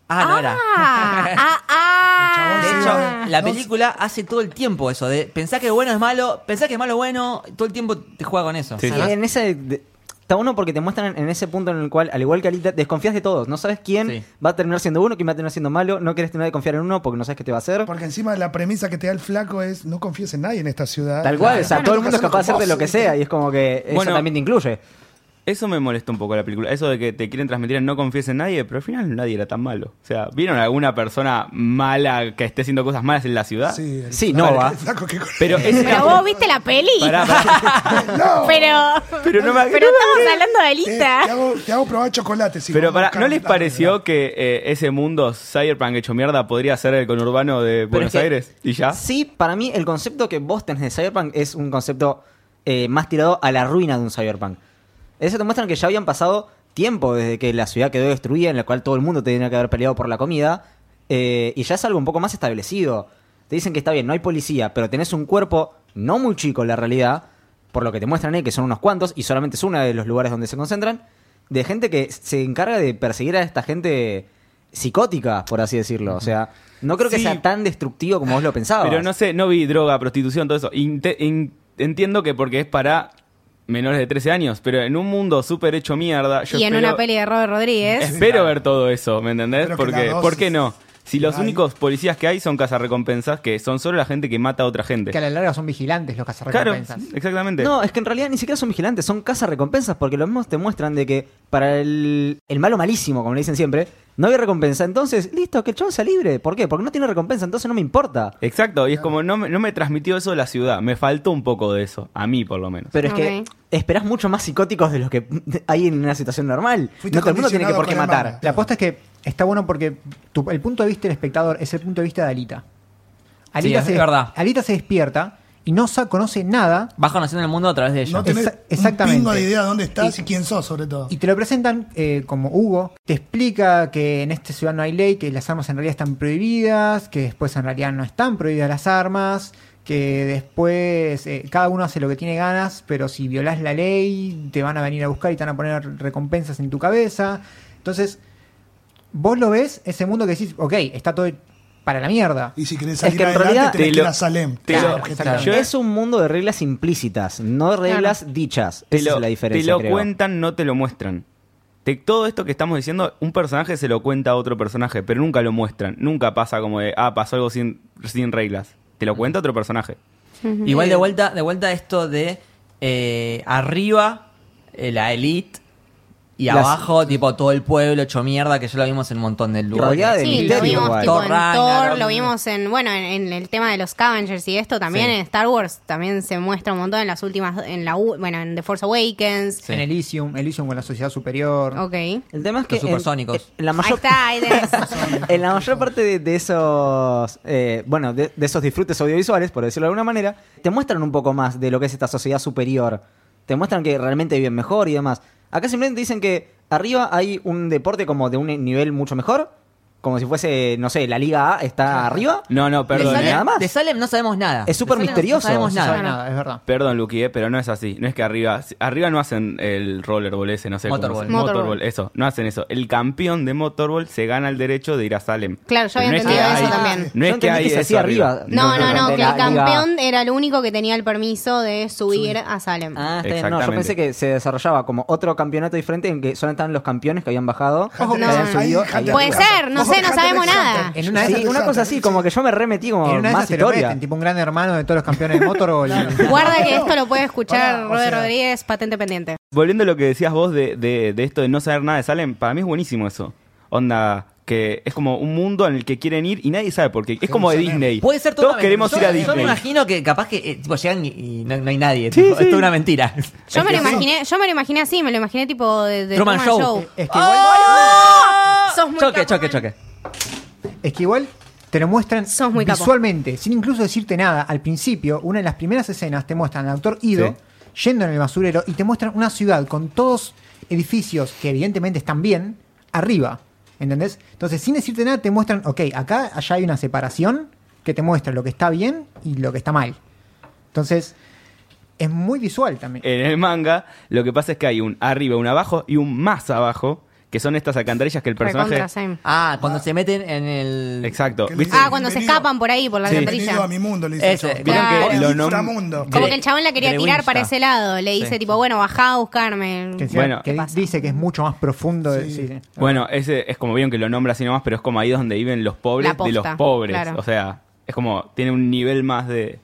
Ah, no era. ah, ah. El De chabón hecho, la No sé. película hace todo el tiempo eso, de pensar que bueno es malo, pensar que es malo bueno, todo el tiempo te juega con eso. Sí, Y en ese de- está bueno porque te muestran en ese punto en el cual, al igual que Alita, desconfías de todos. No sabes quién Sí. va a terminar siendo bueno, quién va a terminar siendo malo. No quieres terminar de confiar en uno porque no sabes qué te va a hacer. Porque encima la premisa que te da el flaco es no confíes en nadie en esta ciudad. Tal cual, o sea, Bueno, todo el tengo mundo es que capaz de hacerlo hacerte lo con que vos, sea y es como que eso Bueno. también te incluye. Eso me molesta un poco la película, eso de que te quieren transmitir en no confíes en nadie, pero al final nadie era tan malo. O sea, ¿vieron alguna persona mala que esté haciendo cosas malas en la ciudad? Sí, el Sí, flaco- no va. el flaco que- Pero ese Pero vos viste la peli. Pará, pará. No. Pero, Pero no me- pero no me- estamos hablando de Te, te lista. hago, te hago probar chocolate. si Pero vos pará, buscas- ¿no les Ah, pareció que eh, ese mundo cyberpunk hecho mierda podría ser el conurbano de Buenos es que- Aires? ¿Y ya? Sí, para mí el concepto que vos tenés de Cyberpunk es un concepto eh, más tirado a la ruina de un Cyberpunk. Eso te muestran que ya habían pasado tiempo desde que la ciudad quedó destruida, en la cual todo el mundo tenía que haber peleado por la comida, eh, y ya es algo un poco más establecido. Te dicen que está bien, no hay policía, pero tenés un cuerpo no muy chico en la realidad, por lo que te muestran ahí, que son unos cuantos, y solamente es uno de los lugares donde se concentran, de gente que se encarga de perseguir a esta gente psicótica, por así decirlo. O sea, no creo que Sí. sea tan destructivo como vos lo pensabas. Pero no sé, no vi droga, prostitución, todo eso. Inte- in- entiendo que porque es para menores de 13 años, pero en un mundo súper hecho mierda, yo Y en espero, una peli de Robert Rodríguez. espero ver todo eso, ¿me entendés? Espero que Porque, la dosis ¿Por qué no? Si los que hay- únicos policías que hay son cazarrecompensas, que son solo la gente que mata a otra gente. Que a la larga son vigilantes los Claro, cazarrecompensas. exactamente. No, es que en realidad ni siquiera son vigilantes, son cazas recompensas, porque los mismos te muestran de que para el, el malo malísimo, como le dicen siempre, no hay recompensa. Entonces, listo, que el chabón sea libre. ¿Por qué? Porque no tiene recompensa, entonces no me importa. Exacto, y es como no me, no me transmitió eso de la ciudad, me faltó un poco de eso, a mí por lo menos. Pero es Ok. que esperás mucho más psicóticos de los que hay en una situación normal. Fuiste no todo el mundo tiene que por qué condicionado por matar. La aposta es que está bueno porque tu- el punto de vista del espectador es el punto de vista de Alita. Alita, es se, verdad. Alita se despierta y no sa- conoce nada Vas conociendo el mundo a través de ella. No tenés Exa- exactamente. un pingo de idea de dónde estás Y- y, quién sos, sobre todo. y te lo presentan eh, como Hugo. Te explica que en esta ciudad no hay ley, que las armas en realidad están prohibidas, que después en realidad no están prohibidas las armas, que después eh, cada uno hace lo que tiene ganas, pero si violas la ley te van a venir a buscar y te van a poner recompensas en tu cabeza. Entonces, vos lo ves, ese mundo que decís, ok, está todo para la mierda. Y si querés que salir en adelante, realidad- tenés Te que ir lo- a Salem. te Claro, lo- objetivamente. Yo- Es un mundo de reglas implícitas, no reglas dichas. Te Esa lo, es la diferencia. te lo creo. cuentan, no te lo muestran. Te- todo esto que estamos diciendo, un personaje se lo cuenta a otro personaje, pero nunca lo muestran. Nunca pasa como de, ah, pasó algo sin, sin reglas. Te lo cuenta otro personaje. Igual de vuelta, de vuelta esto de eh, arriba eh, la elite y Las- abajo tipo todo el pueblo hecho mierda que ya lo vimos en un montón de Rodeada lugares. de Sí, lo misterio vimos igual. tipo Thor en Ragnarok. Thor, lo vimos en, bueno, en, en el tema de los Cavengers y esto también Sí. en Star Wars también se muestra un montón en las últimas, en la, u- bueno, en The Force Awakens. Sí. En Elysium, Elysium con la sociedad superior. Ok. Ahí El tema es que Los supersónicos. en- en la mayor está, ahí tenés. en la mayor parte de, de esos eh, bueno de, de esos disfrutes audiovisuales por decirlo de alguna manera te muestran un poco más de lo que es esta sociedad superior te muestran que realmente viven mejor y demás acá simplemente dicen que arriba hay un deporte como de un nivel mucho mejor como si fuese no sé la liga A está arriba No, no, De perdón. sale- ¿eh? nada Salem, más. de Salem no sabemos nada. Es súper De Salem misterioso, No sabemos No nada. sabe nada, es verdad. Perdón, Luqui, eh, pero no es así. No es que arriba. si- Arriba no hacen el rollerball ese, no sé cómo Motorball. se- motorball. Motorball. eso. No hacen eso. El campeón de motorball se gana el derecho de ir a Salem. Claro, yo Pero había no es que entendido eso hay- también. No Yo es que entendí hay que se eso hacía arriba. No, no, no, de que la el liga- campeón era el único que tenía el permiso de subir a Salem. Ah, está bien. No, yo Exactamente. pensé que se desarrollaba como otro campeonato diferente en que solo estaban los campeones que habían bajado. Hunter que no, habían x no. subido, Hunter habían- Puede x ser, no Ojo, sé, no Hunter sabemos x nada. Hunter. En una de Sí, esas- una cosa así, como que yo me remetí como En una de esas más te lo historia. meten, tipo un gran hermano de todos los campeones de motor Guarda que No. esto lo puede escuchar Pará, o Robert sea- Rodríguez, patente pendiente. Volviendo a lo que decías vos de, de- de esto de no saber nada de Salem, para mí es buenísimo eso. Onda, que es como un mundo en el que quieren ir y nadie sabe por qué. Es como de Jerusalén. Disney. Puede ser todo Todos una- queremos yo- ir a Yo me Disney. imagino que capaz que eh, tipo, llegan y, y no, no hay nadie. tipo, Es toda una mentira. Yo me lo que sí. imaginé, yo me lo imaginé así, me lo imaginé tipo de, de Truman Show. Es ¡Oh! que igual, ¡Oh! Sos muy choque, capo, choque, man. choque. es que igual te lo muestran Sos muy capo. visualmente, sin incluso decirte nada. Al principio, una de las primeras escenas te muestran al autor Ido yendo en el basurero y te muestran una ciudad con todos edificios que evidentemente están bien arriba. ¿Entendés? Entonces, sin decirte nada, te muestran, ok, acá, allá hay una separación que te muestra lo que está bien y lo que está mal. Entonces, es muy visual también. En el manga, lo que pasa es que hay un arriba, un abajo y un más abajo, que son estas alcantarillas que el personaje. Recontra, same. Ah, cuando se meten en el. Exacto. Que le ¿Viste? Ah, cuando se Bienvenido- escapan por ahí, por la Sí. alcantarilla. Bienvenido a mi mundo, le dice Ese, yo. Vieron Claro. que Por lo el nom- inframundo. Como Gre- que el chabón la quería tirar Grewinsta. para ese lado. Le dice, Sí. tipo, bueno, bajá a buscarme. Que, Bueno. que ¿Qué pasa? dice que es mucho más profundo. de- Sí. sí, sí. Bueno, ese es como vieron que lo nombra así nomás, pero es como ahí donde viven los pobres La posta, de los pobres. claro. O sea, es como tiene un nivel más de.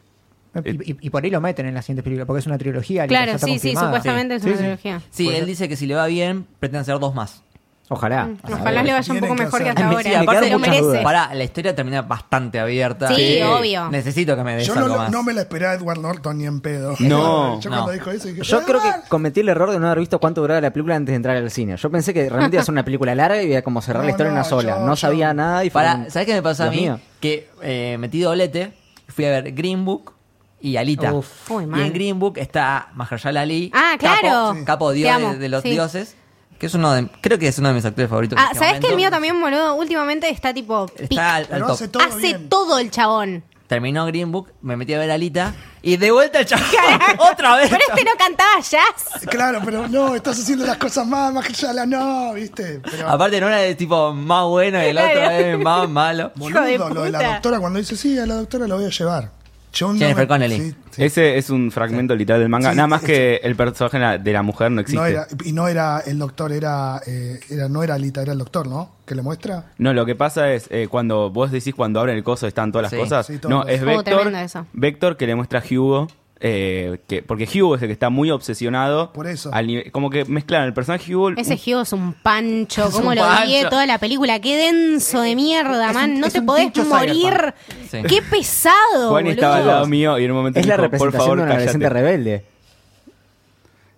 Y, y- y por ahí lo meten en la siguiente película, porque es una trilogía. la que ya Claro, está sí, sí, confirmada. supuestamente Sí, es una sí. trilogía. Sí, él dice que si le va bien, pretende hacer dos más. Ojalá. mm, Ojalá le vaya un poco Tienen que mejor que hacer- hasta Ay, me- ahora. sí, aparte se lo quedaron muchas merece. dudas. Pará, la historia termina bastante abierta. Eh, Sí, obvio. Necesito que me des Yo algo no, más. no me la esperaba a Edward Norton ni en pedo. No, Yo no. cuando dijo eso dije, Yo creo que "Edward". cometí el error de no haber visto cuánto duraba la película antes de entrar al cine. Yo pensé que realmente iba a ser una película larga y iba a como cerrar la No, historia en no, una sola. yo- no sabía yo- nada y fue Pará, un- ¿sabes qué me pasó a Dios mí? mío. Que eh, metí doblete, fui a ver Green Book y Alita. Uf. Uy, y mal. en Green Book está Mahershala Ali. Ah, claro. Capo, Sí. capo Te dios amo, de, de los sí. dioses. Que es uno de, creo que es uno de mis actores favoritos. en Ah, este ¿sabes que el momento. mío también, boludo? Últimamente está tipo. pic. Está al, al Pero top. hace todo Hace bien. todo el chabón. Terminó Green Book, me metí a ver Alita y de vuelta el chabón. Otra vez. Pero este no cantaba jazz. Claro, pero no, estás haciendo las cosas más, más que ya la no, ¿viste? Pero, Aparte, no era de tipo más bueno y el otro Claro. es más malo. hijo de boludo, lo de la puta. doctora, cuando dice, sí, a la doctora la voy a llevar. Yo no Jennifer me- Connelly. sí, sí. Ese es un fragmento literal del manga. Sí, Nada más sí, que el personaje de la- de la mujer no existe. No era, y no era el doctor, era, eh, era no era Alita, era el doctor, ¿no? Que le muestra. No, lo que pasa es eh, cuando vos decís cuando abren el coso están todas las Sí. cosas. Sí, todo no, eso. es Oh, Vector. tremendo eso. Vector que le muestra a Hugo. eh, que, porque Hugo es el que está muy obsesionado. Por eso. al nivel- como que mezclan el personaje Hugo. uh, Ese Gio es un pancho, cómo un lo odié pancho. toda la película, qué denso de mierda, es man, un- no es te un podés pincho morir, Sí. qué pesado. Juan boludo. estaba al lado mío y en un momento Es la dijo, por representación favor, de un cállate. adolescente rebelde.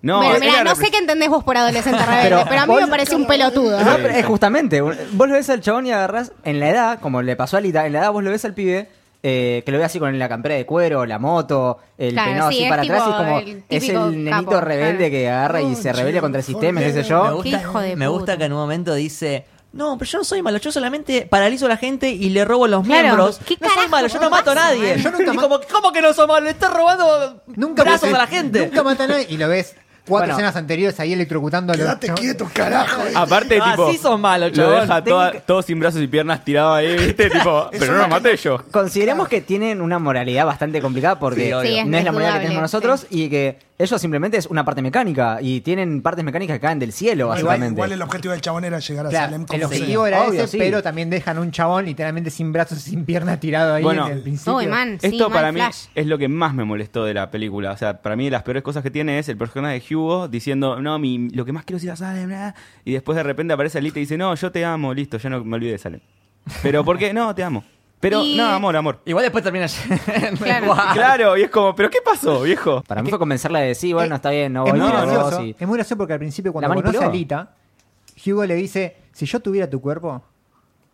No, eh, Bueno, es mirá, la no repre- sé qué entendés vos por adolescente rebelde, pero, Pero a mí me vos- pareció un pelotudo. No, pero es justamente, un- vos lo ves al chabón y agarrás en la edad, como le pasó a Lita, en la edad vos lo ves al pibe eh, que lo ve así con la campera de cuero, la moto, el Claro, peinado sí, así es para atrás y tipo es como el es típico el nenito capo, rebelde claro. que agarra y Oh, se rebela chico, contra el sistema, qué sé Me yo. gusta, Qué hijo de me gusta puta. que en un momento dice. No, pero yo no soy malo, yo solamente paralizo a la gente y le robo los Claro, miembros. ¿qué no soy carajo eh. malo, yo no mato a pasa, nadie. man? Yo nunca Y ma- como, ¿Cómo que no soy malo? Le estás robando Nunca brazos mata- a la gente. Nunca mata a nadie y lo ves cuatro Bueno. escenas anteriores ahí electrocutando a los- Quédate ¿no? quieto, carajo. ¿eh? Aparte, Ah, tipo, sí sos malo, lo chabón. deja Tengo toda- que- todo sin brazos y piernas tirado ahí, ¿viste? tipo, pero no lo maté yo. Consideremos que tienen una moralidad bastante complicada porque Sí, obvio. Sí, es no es la moralidad que indudable, tenemos nosotros y que Eso simplemente es una parte mecánica y tienen partes mecánicas que caen del cielo, Igual, básicamente. igual el objetivo del chabón era llegar a Claro, Salem el como objetivo sea. era Obvio, ese, sí. pero también dejan un chabón literalmente sin brazos, sin pierna tirado ahí Bueno, en el principio. Uy, man. Mm, Sí, Esto mal para mí flash. es lo que más me molestó de la película. O sea, para mí de las peores cosas que tiene es el personaje de Hugo diciendo, no, mi, lo que más quiero es ir a Salem. bla". Y después de repente aparece Alita y dice, no, yo te amo, listo, ya no me olvidé de Salem. Pero ¿por qué? No, te amo. Pero Y- no, amor, amor. Igual después termina yendo Claro. igual. Claro, y es como, ¿pero qué pasó, viejo? Para mí fue convencerla de decir, bueno, Eh, está bien, no es voy muy no, no, gracioso. sí. Es muy gracioso porque al principio cuando La conoce a manipuló. Lita, Hugo le dice, si yo tuviera tu cuerpo,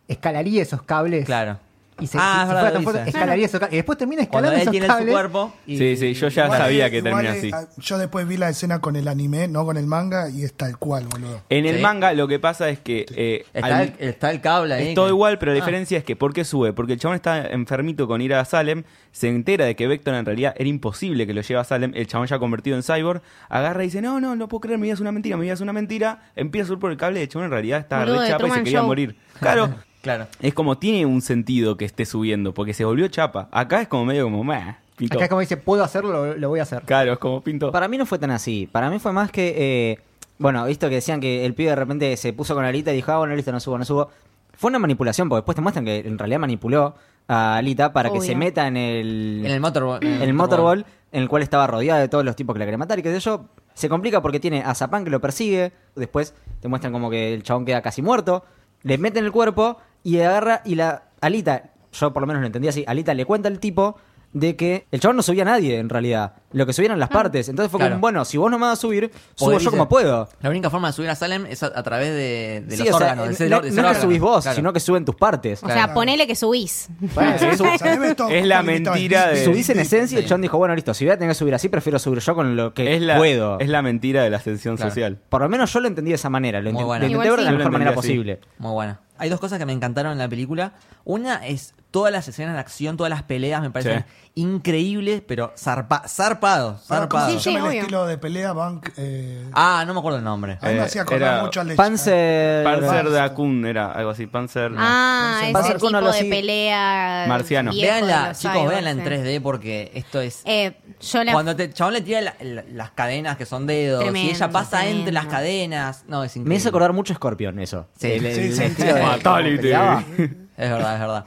escalaría esos cables. Claro. Y se, Ah, si- es si verdad, fuera tan lo fuerte, dice. escalaría esos cables. Y después termina Cuando escalando él esos tiene su cables. cuerpo. y- Sí, sí, yo ya Igual, sabía eh, que igual, termina eh, así. ah, Yo después vi la escena con el anime, no con el manga, y es tal cual, boludo. En el Sí. manga lo que pasa es que... eh, Está, al- el, está el cable ahí. Es todo que- igual, pero la Ah. diferencia es que ¿por qué sube? Porque el chabón está enfermito con ir a Salem, se entera de que Vector en realidad era imposible que lo lleve a Salem, el chabón ya convertido en cyborg, agarra y dice, no, no, no puedo creer, mi vida es una mentira, mi vida es una mentira, empieza a subir por el cable, el chabón en realidad está Boludo, re de chapa y se Truman quería Show. morir. Claro, Claro. es como tiene un sentido que esté subiendo, porque se volvió chapa. Acá es como medio como, meh, pintó. Acá es como dice, puedo hacerlo, lo, lo voy a hacer. Claro, es como pinto. Para mí no fue tan así. Para mí fue más que. eh, bueno, visto que decían que el pibe de repente se puso con Alita y dijo, ah, bueno, listo, no subo, no subo. Fue una manipulación, porque después te muestran que en realidad manipuló a Alita para Obvio. que se meta en el. En el motorball. en el motorball, en el cual estaba rodeada de todos los tipos que la querían matar y qué sé yo. Se complica porque tiene a Zapán que lo persigue. Después te muestran como que el chabón queda casi muerto. Le meten el cuerpo y agarra y la Alita, yo por lo menos lo entendía así, Alita le cuenta al tipo de que el chabón no subía a nadie en realidad. Lo que subían eran las partes. Entonces fue Claro. como, bueno, si vos no me vas a subir, subo Podés- yo como puedo. La única forma de subir a Salem es a, a través de, de Sí, los o sea, órganos. de no- ser- no, de ser no es que órganos. subís vos, Claro. sino que suben tus partes. O Claro. sea, ponele que subís. Salem es todo- es la mentira de- Subís en esencia y el chabón dijo, bueno, listo, si voy a tener que subir así, prefiero subir yo con lo que es, la, puedo. es la mentira de la ascensión Claro. social. Por lo menos yo lo entendí de esa manera. Lo, Muy enten- buena. lo intenté Igual ver de sí. la Yo lo mejor manera entendí así. posible. Muy buena. Hay dos cosas que me encantaron en la película. Una es todas las escenas de acción, todas las peleas me parecen increíbles, pero zarpa, zarpados. Para, ¿Cómo zarpados. se Sí, sí, llama el obvio. estilo de pelea? Bank. Eh, Ah, no me acuerdo el nombre. a mí me eh, hacía acordar era- mucho al de- Panzer. Panzer Dacun era algo así, Panzer... Ah, Entonces, ese Panzer tipo Cono lo de sigue. pelea. Marciano. viejo de Veanla, los chicos, cyborgs, veanla en eh. 3D porque esto es. Eh, yo la. Cuando te, el chabón le tira la- la- las cadenas que son dedos y Tremendo, ella pasa tremendo. entre las cadenas. No, es increíble. Me hizo acordar mucho a Scorpion eso. Sí. El- Sí, el- sí, el sí. estilo de- Fatality. cómo peleaba. Es verdad, es verdad.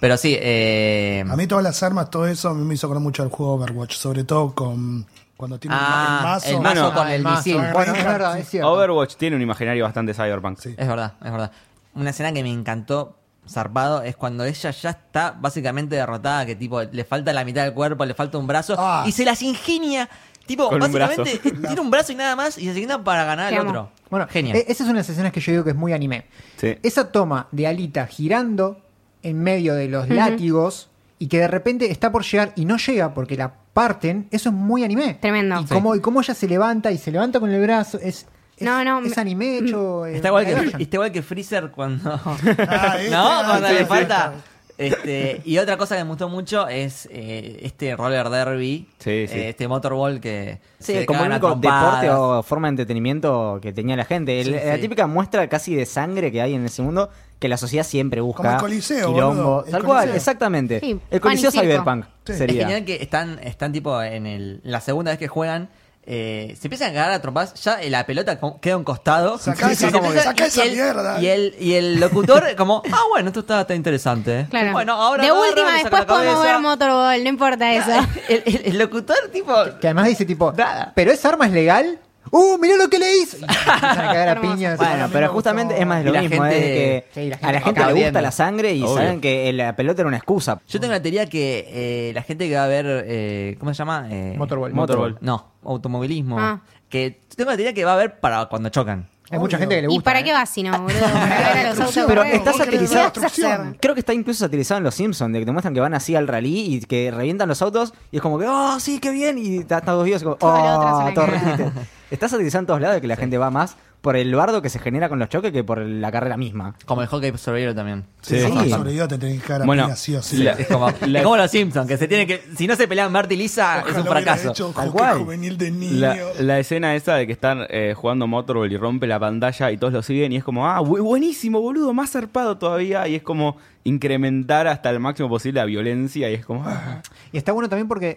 Pero sí, eh. A mí todas las armas, todo eso, a mí me hizo acordar mucho al juego Overwatch, sobre todo con cuando tiene Ah, el mazo. el mazo Bueno, con Ah, el mazo. misil. Bueno, es verdad, es cierto. Overwatch tiene un imaginario bastante cyberpunk. Sí. Es verdad, es verdad. Una escena que me encantó zarpado es cuando ella ya está básicamente derrotada, que tipo le falta la mitad del cuerpo, le falta un brazo Ah. y se las ingenia, tipo Con un básicamente eh, brazo. tiene un brazo y nada más y se asigna para ganar Te al amo. otro. Bueno, genial. e- Esa es una de las escenas que yo digo que es muy anime. Sí. Esa toma de Alita girando en medio de los látigos y que de repente está por llegar y no llega porque la parten, eso es muy anime. Tremendo. Y cómo, y cómo ella se levanta y se levanta con el brazo, es, es, No, no, es me- mm. anime hecho... eh, está, igual que, live action. está igual que Freezer cuando Ah, ese, no ah, cuando sí, le sí, falta está. este, y otra cosa que me gustó mucho es eh, este roller derby, Sí, sí. eh, este motorball que Sí, que como cagan a único trompadas. deporte o forma de entretenimiento que tenía la gente. El- Sí, La sí. típica muestra casi de sangre que hay en ese mundo que la sociedad siempre busca. Como el Coliseo, quilombo. boludo, el Tal cual, Coliseo. exactamente. Sí, El Coliseo pan y circo. Cyberpunk Sí. Es sería. genial que están, están tipo en el, la segunda vez que juegan. eh, se empiezan a cagar a trompadas, ya eh, la pelota co- queda a un costado. Sacá Y esa- se empiezan- sacá y esa el- mierda. Y el, y el locutor, como, ah, bueno, esto está, está interesante. eh". Claro. Bueno, ahora de agarra, última, le saca la después podemos cabeza. ver Motorball, no importa eso. el, el- el locutor, tipo. Que además dice tipo, Nada. ¿pero esa arma es legal? ¡Uh, mirá lo que le hizo! Y empiezan a cagar a Hermoso. piñas. Bueno, me pero gustó. justamente es más de Y lo la mismo. gente- es de que Sí, la gente a la gente acaba le viendo. gusta la sangre y Obvio. saben que la pelota era una excusa. Yo tengo la teoría que eh, la gente que va a ver. eh, ¿Cómo se llama? Eh, Motorball. Motorball. No, automovilismo. Ah. que tengo la teoría que va a ver para cuando chocan. Hay mucha gente que le ¿Y gusta. para ¿eh? qué vas si no, boludo? Para ver a los autos Pero correr. estás ¿Qué vas satirizado. a hacer? Destrucción. Creo que está incluso satirizado en Los Simpsons, de que te muestran que van así al rally y que revientan los autos y es como que, oh, sí, qué bien, y hasta dos días como, Toda la otra oh, zona todo que queda". triste. Está satirizado en todos lados de que la gente va más por el bardo que se genera con los choques que por la carrera misma. Como el hockey sobrevivir también. Sí, Sí. sí. Sobre te tenés que cagar a Bueno, piñas, sí o sí. la- Es como, La- es como los Simpsons, que se tiene que. Si no se pelean Bert y Lisa, Ojalá Ah, es un hubiera fracaso. hecho Tal hockey cual. juvenil de niño. La, la escena esa de que están eh, jugando Motorball y rompe la pantalla y todos lo siguen y es como, ah, bu- buenísimo, boludo, más zarpado todavía y es como incrementar hasta el máximo posible la violencia y es como, ah. Y está bueno también porque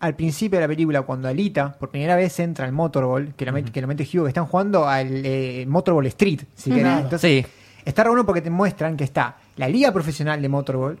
al principio de la película, cuando Alita por primera vez entra al Motorball, que lo mete, que lo mete Hugo, que están jugando al eh, Motorball Street, si querés. Claro. Entonces, Sí. Está re bueno porque te muestran que está la liga profesional de motorball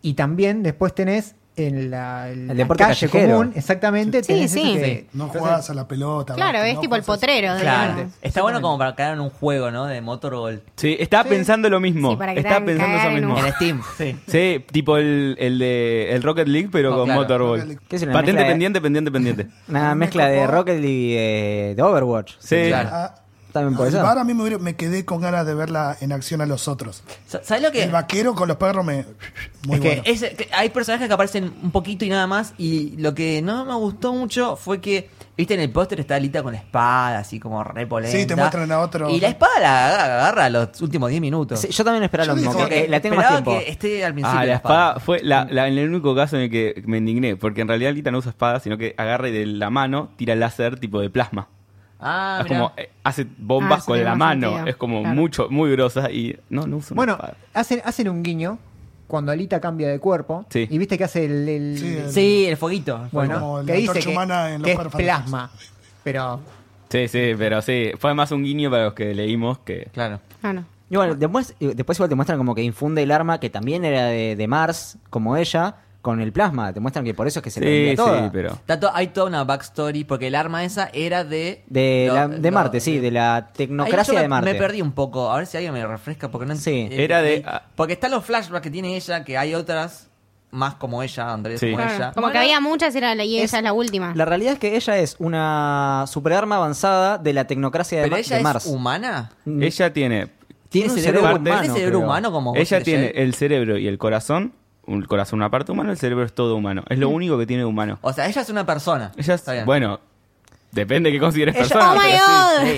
y también después tenés en la, en la deporte calle callejero. común, exactamente. Sí, tenés sí. eso Sí. No entonces, jugás a la pelota. Claro, ¿viste? es No tipo el jugás a- potrero. Claro. digamos. Está bueno como para crear un juego, ¿no? De Motorball. Sí, estaba Sí. pensando lo mismo. Sí, para que te estaba hagan pensando eso cagar en mismo. Ah. un- En Steam. Sí. Sí, tipo el, el de el Rocket League, pero Oh, con claro. Motorball. Rocket League. ¿Qué es una Patente mezcla de- pendiente, pendiente, pendiente. Una Me mezcla de copó. Rocket League y eh, de Overwatch. Sí. Claro. Ah, También por el eso. bar a mí me, hubiera- me quedé con ganas de verla en acción a los otros. Sa- ¿Sabes lo que? El vaquero con los perros me. Muy Es que bueno. Es- que hay personajes que aparecen un poquito y nada más. Y lo que no me gustó mucho fue que, viste, en el póster está Alita con la espada, así como re polenta. Sí, te muestran a otro- Y la espada la aga- agarra a los últimos 10 minutos. Sí, yo también esperaba Yo lo mismo. dije- que, eh, la tengo más Esperaba tiempo. que esté al principio. Ah, la espada fue la, la- el único caso en el que me indigné, porque en realidad Alita no usa espada, sino que agarra y de la mano tira láser tipo de plasma. Ah, es mirá. como eh, hace Ah, bombas eso con tiene la más mano, sentido. es como Claro. mucho muy grosa y no no usa una Bueno, espada. hacen, hacen un guiño cuando Alita cambia de cuerpo. Sí. Y viste que hace el. el- Sí, el- Sí, el fueguito. el fuego. bueno, Como la que dice antorcha que, humana en los que es Perfect. plasma. Pero Sí, sí, pero sí, fue más un guiño para los que leímos que Claro. Ah, no. Y bueno, después, y después igual te muestran como que infunde el arma que también era de, de Mars, como ella, con el plasma. Te muestran que por eso es que se le Sí, envía toda. sí, pero Está to- hay toda una backstory porque el arma esa era de. De, lo- la- de lo- Marte, sí, de la Ahí tecnocracia yo de me, Marte. me perdí un poco. A ver si alguien me refresca porque no Sí, eh, era de- ah. eh, Porque están los flashbacks que tiene ella, que hay otras más como ella, Andrés, Sí. como Claro. ella. Como que había muchas era la, y Es- esa es la última. Oh La realidad es que ella es una superarma avanzada de la tecnocracia de, Pero Ma- ella de es Mars. humana. ella tiene Tiene un cerebro parte- humano. ¿Tiene cerebro creo. humano como Ghost in ella the tiene Shell? el cerebro y el corazón, un corazón una parte humana, el cerebro es todo humano, es lo único que tiene de humano. O sea, ella es una persona. Ella Está es, bien. bueno, depende de qué consideres Ella- persona, ¡Oh, my pero sí.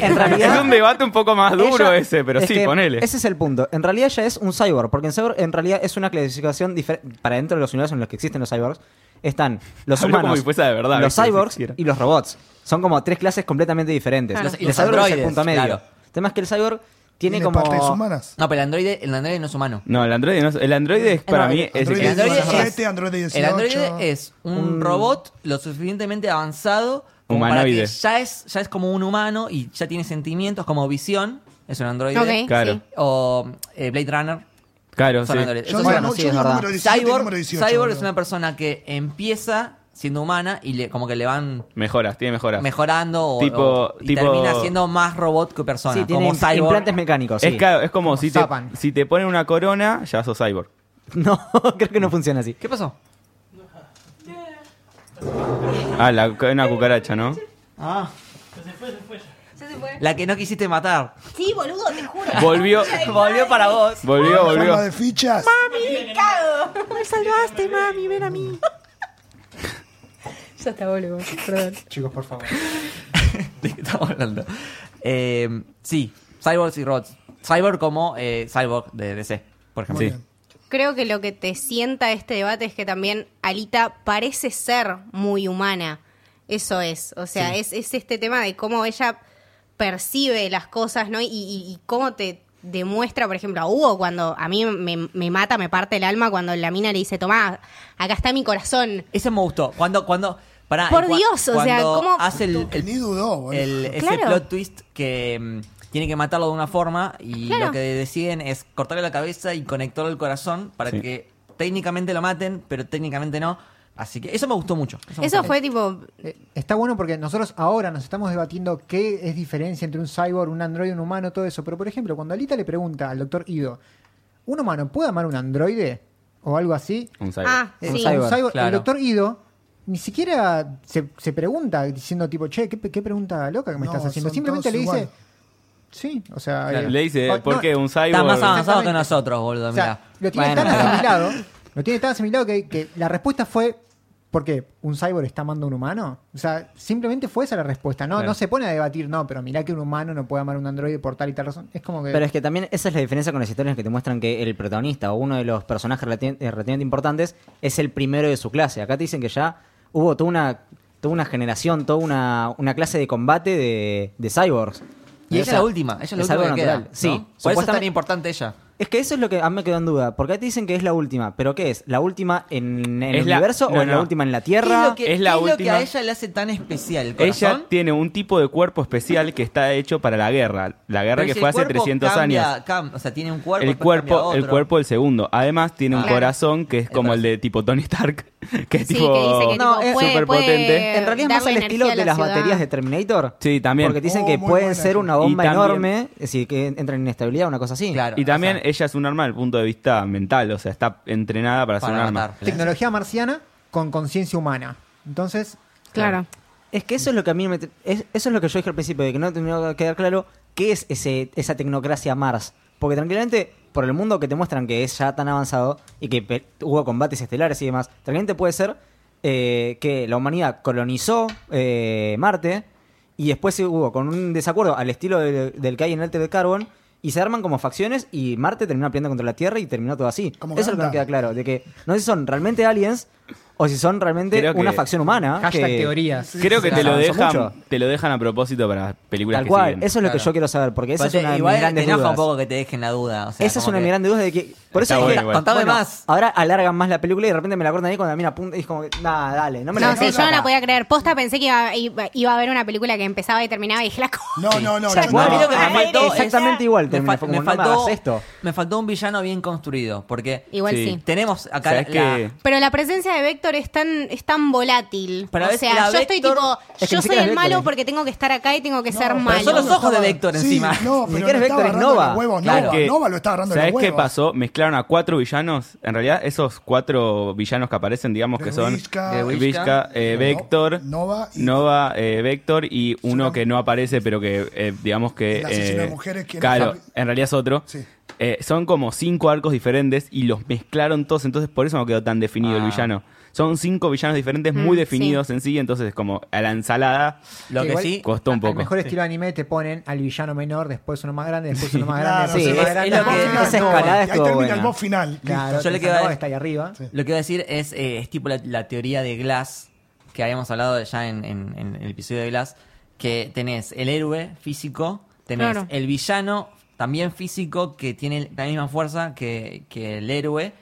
God! En realidad, Es un debate un poco más duro Ella- ese, pero es sí, que ponele. Ese es el punto. En realidad ella es un cyborg, porque en cyborg en realidad es una clasificación diferente. Para dentro de los universos en los que existen los cyborgs, están los Hablo como humanos, si fuese de verdad, los ¿viste? Si cyborgs quisiera. y los robots. Son como tres clases completamente diferentes. Claro. Los, Y los cyborgs es el androides, punto medio. claro. El tema es que el cyborg tiene, como... partes humanas. No, pero el androide, el androide no es humano. No, el androide no es, el androide es para no, mí el es el El androide que- androide, es, Este 17, androide 18. el androide es un robot lo suficientemente avanzado como Humanoide. para que ya es, ya es como un humano y ya tiene sentimientos como visión. Es un androide. Ok, Claro. sí. O eh, Blade Runner. Claro, Son sí. androides. Yo Esos digo, son- bueno, no, sí, yo es digo verdad. número 17 y número Cyborg, 18. Cyborg es boludo. una persona que empieza siendo humana y le, como que le van Mejoras, tiene mejoras. mejorando o, Tipo- o- y tipo- termina siendo más robot que persona. Sí, tiene como Cyborg. implantes mecánicos. sí. Es, claro, es como, si, te, zapan. si te ponen una corona, ya sos cyborg. No, creo que no funciona así. ¿Qué pasó? Ah, la, una cucaracha, ¿no? Ah. La que no quisiste matar. Sí, boludo, te juro. Volvió, Volvió para vos. volvió, Forma volvió. de fichas. Me salvaste, mami, ven a mí. Ya está, boludo. Perdón. chicos, por favor. ¿De qué estamos hablando? Eh, sí, Cyborgs y Robots. Cyborg como eh, Cyborg de DC, por ejemplo. Sí. Sí. Creo que lo que te sienta este debate es que también Alita parece ser muy humana. Eso es. O sea, es, es este tema de cómo ella percibe las cosas, ¿no? Y, y- y cómo te demuestra, por ejemplo, a Hugo cuando a mí me, me mata, me parte el alma cuando la mina le dice, tomá, acá está mi corazón. Ese me gustó. Cuando, cuando, pará, Por y cua- Dios, o sea, cuando ¿cómo- hace el, el- Ni dudó, boludo. el- ese Claro. plot twist que mm, tiene que matarlo de una forma y Claro. lo que deciden es cortarle la cabeza y conectarle el corazón para Sí. que técnicamente lo maten, pero técnicamente no. Así que eso me gustó mucho. me Eso gustó fue tipo, Eh, Está bueno porque nosotros ahora nos estamos debatiendo qué es diferencia entre un cyborg, un androide, un humano, todo eso. Pero, por ejemplo, cuando Alita le pregunta al doctor Ido, ¿un humano puede amar un androide? O algo así. Un cyborg. ah, Eh, Un sí. un cyborg, cyborg- El claro. doctor Ido ni siquiera se, se pregunta diciendo tipo, che, ¿qué, qué pregunta loca que me No, estás haciendo? son Simplemente todos le dice, igual. sí, o sea... Claro, eh, Le dice, o- ¿por no, qué un cyborg? Está más avanzado que Exactamente. nosotros, boludo. O sea, mirá. lo tiene Bueno, tan pero- asimilado, lo tiene tan asimilado que, que la respuesta fue ¿por qué? ¿Un cyborg está amando a un humano? O sea, simplemente fue esa la respuesta. No, Claro. no se pone a debatir, no, pero mirá que un humano no puede amar a un androide por tal y tal razón. Es como que Pero es que también esa es la diferencia con las historias que te muestran que el protagonista o uno de los personajes relati- eh, relativamente importantes es el primero de su clase. Acá te dicen que ya hubo toda una, toda una generación, toda una, una clase de combate de, de cyborgs. Y ella O sea, es la última, ella es la última algo que queda. natural. Sí, Por eso es tan supuestamente- importante ella. Es que eso es lo que a mí me quedó en duda. Porque ahí te dicen que es la última. ¿Pero qué es? ¿La última en, en el Es la- universo no, o es la no. última en la ¿Qué es Tierra? lo que, es la qué es lo que última. a ella le hace tan especial? ¿El Ella corazón? tiene un tipo de cuerpo especial que está hecho para la guerra. La guerra Pero que si fue el hace cuerpo 300 cambia- años. cam- o sea, tiene un cuerpo. el después cambia cuerpo, otro. el cuerpo del segundo. Además tiene un Claro. corazón que es como Claro. el de tipo Tony Stark, que es Sí, tipo que dice que No, tipo, es puede, superpotente. puede En realidad es más darle el estilo de Eh, energía a la las ciudad. baterías de Terminator. Sí, también. Porque te dicen Oh, que muy pueden buena ser esa. una bomba Y también- enorme. Es decir, que entra en inestabilidad, una cosa así. Claro, y también o sea, ella es un arma desde el punto de vista mental, o sea, está entrenada para, ser para un arma. matar. Tecnología marciana con conciencia humana. Entonces, Claro. Es que eso es lo que a mí me... es- eso es lo que yo dije al principio, de que no terminó de quedar claro qué es ese, esa tecnocracia Mars. Porque tranquilamente, por el mundo que te muestran que es ya tan avanzado y que pe- hubo combates estelares y demás, tranquilamente puede ser eh, que la humanidad colonizó eh, Marte y después se hubo con un desacuerdo al estilo de- del que hay en Altered Carbon y se arman como facciones y Marte terminó peleando contra la Tierra y terminó todo así. Como eso es lo que Gundam. me queda claro, de que no sé si son realmente aliens o si son realmente Creo que- una facción humana. hashtag Ah, que- teorías. Creo que sí, te sí, lo avanzó dejan, mucho. te lo dejan a propósito para películas Tal que cual, siguen. eso es lo que Claro. yo quiero saber, porque esa Pero es una te- de mis igual te grandes enoja dudas. un poco que te dejen la duda. o sea, esa es como una de mis que- grandes dudas de que... Por eso Está dije, bueno igual. Contame bueno, más. Ahora alargan más la película y de repente me la cortan ahí cuando la mina apunta y es como que, nada, dale, no me la No, sí, yo no la acá. podía creer. Posta pensé que iba, iba- iba a haber una película que empezaba y terminaba y dije la co- No, no, no. O sea, yo No, a mí lo no. que me a mí faltó es- exactamente igual me, terminé, fal- fue me como, no me faltó, hagas esto. me faltó un villano bien construido. Porque Igual sí. Sí. tenemos acá ¿Sabes la, qué? Pero la presencia de Vector es tan, es tan volátil. Pero a o veces la sea, yo estoy Vector- tipo, es que yo soy ni siquiera el es malo Vector. porque tengo que estar acá y tengo que ser No, malo. son los ojos de Vector Sí, encima. No, pero Ni siquiera lo es estaba Vector, es agarrando de Nova. los huevos, Claro. Nova. Que- Nova lo está agarrando de los ¿Sabes huevos. qué pasó? Mezclaron a cuatro villanos. En realidad, esos cuatro villanos que aparecen, digamos que son Gregoryshka, Grishka, eh, Vector, No- Nova y- Nova, eh, Vector y uno Tsunami. que no aparece, pero que eh, digamos que. El asesino eh, de mujeres, ¿quién es? Claro, Harry- en realidad es otro. Sí. Eh, son como cinco arcos diferentes y los mezclaron todos, entonces por eso no quedó tan definido el Ah. villano. Son cinco villanos diferentes, muy Mm, definidos en sí, entonces como a la ensalada Lo que Igual- sí. costó un Al poco. mejor estilo anime te ponen al villano menor, después uno más grande, después uno más Claro, grande, después sí, uno más es- grande. es lo después que- uno más esa grande. escalada Y ahí estuvo termina el buena. boss final. Claro, Yo le Tetsuya quedo a- Nova está ahí arriba. Sí. Lo que iba a decir es, eh, es tipo la, la teoría de Glass, que habíamos hablado ya en, en- en el episodio de Glass, que tenés el héroe físico, tenés Claro. el villano también físico que tiene la misma fuerza que, que el héroe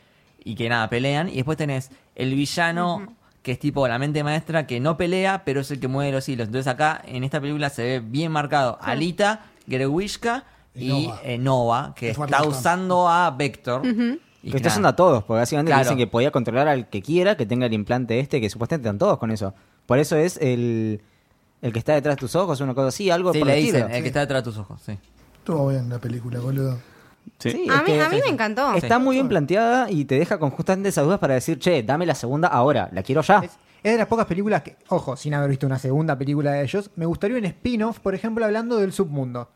y que nada, pelean, y después tenés el villano que es tipo la mente maestra que no pelea, pero es el que mueve los hilos. Entonces acá en esta película se ve bien marcado Alita, Grewishka Y y Nova. eh, Nova, que Que fue está Atlanta. usando a Vector. Y Que está nada. haciendo a todos, porque básicamente Claro. dicen que podía controlar al que quiera, que tenga el implante este, que supuestamente están todos con eso. Por eso es el, el que está detrás de tus ojos, una cosa así, algo Sí, por le el estilo. dicen, el que está detrás de tus ojos, sí. Estuvo bien la película, boludo. Sí. Sí, A es mí, que- a mí me encantó. Está muy bien planteada y te deja con justamente esas dudas para decir, che, dame la segunda ahora, la quiero ya. Es, es de las pocas películas que, ojo, sin haber visto una segunda película de ellos, me gustaría un spin-off, por ejemplo, hablando del submundo.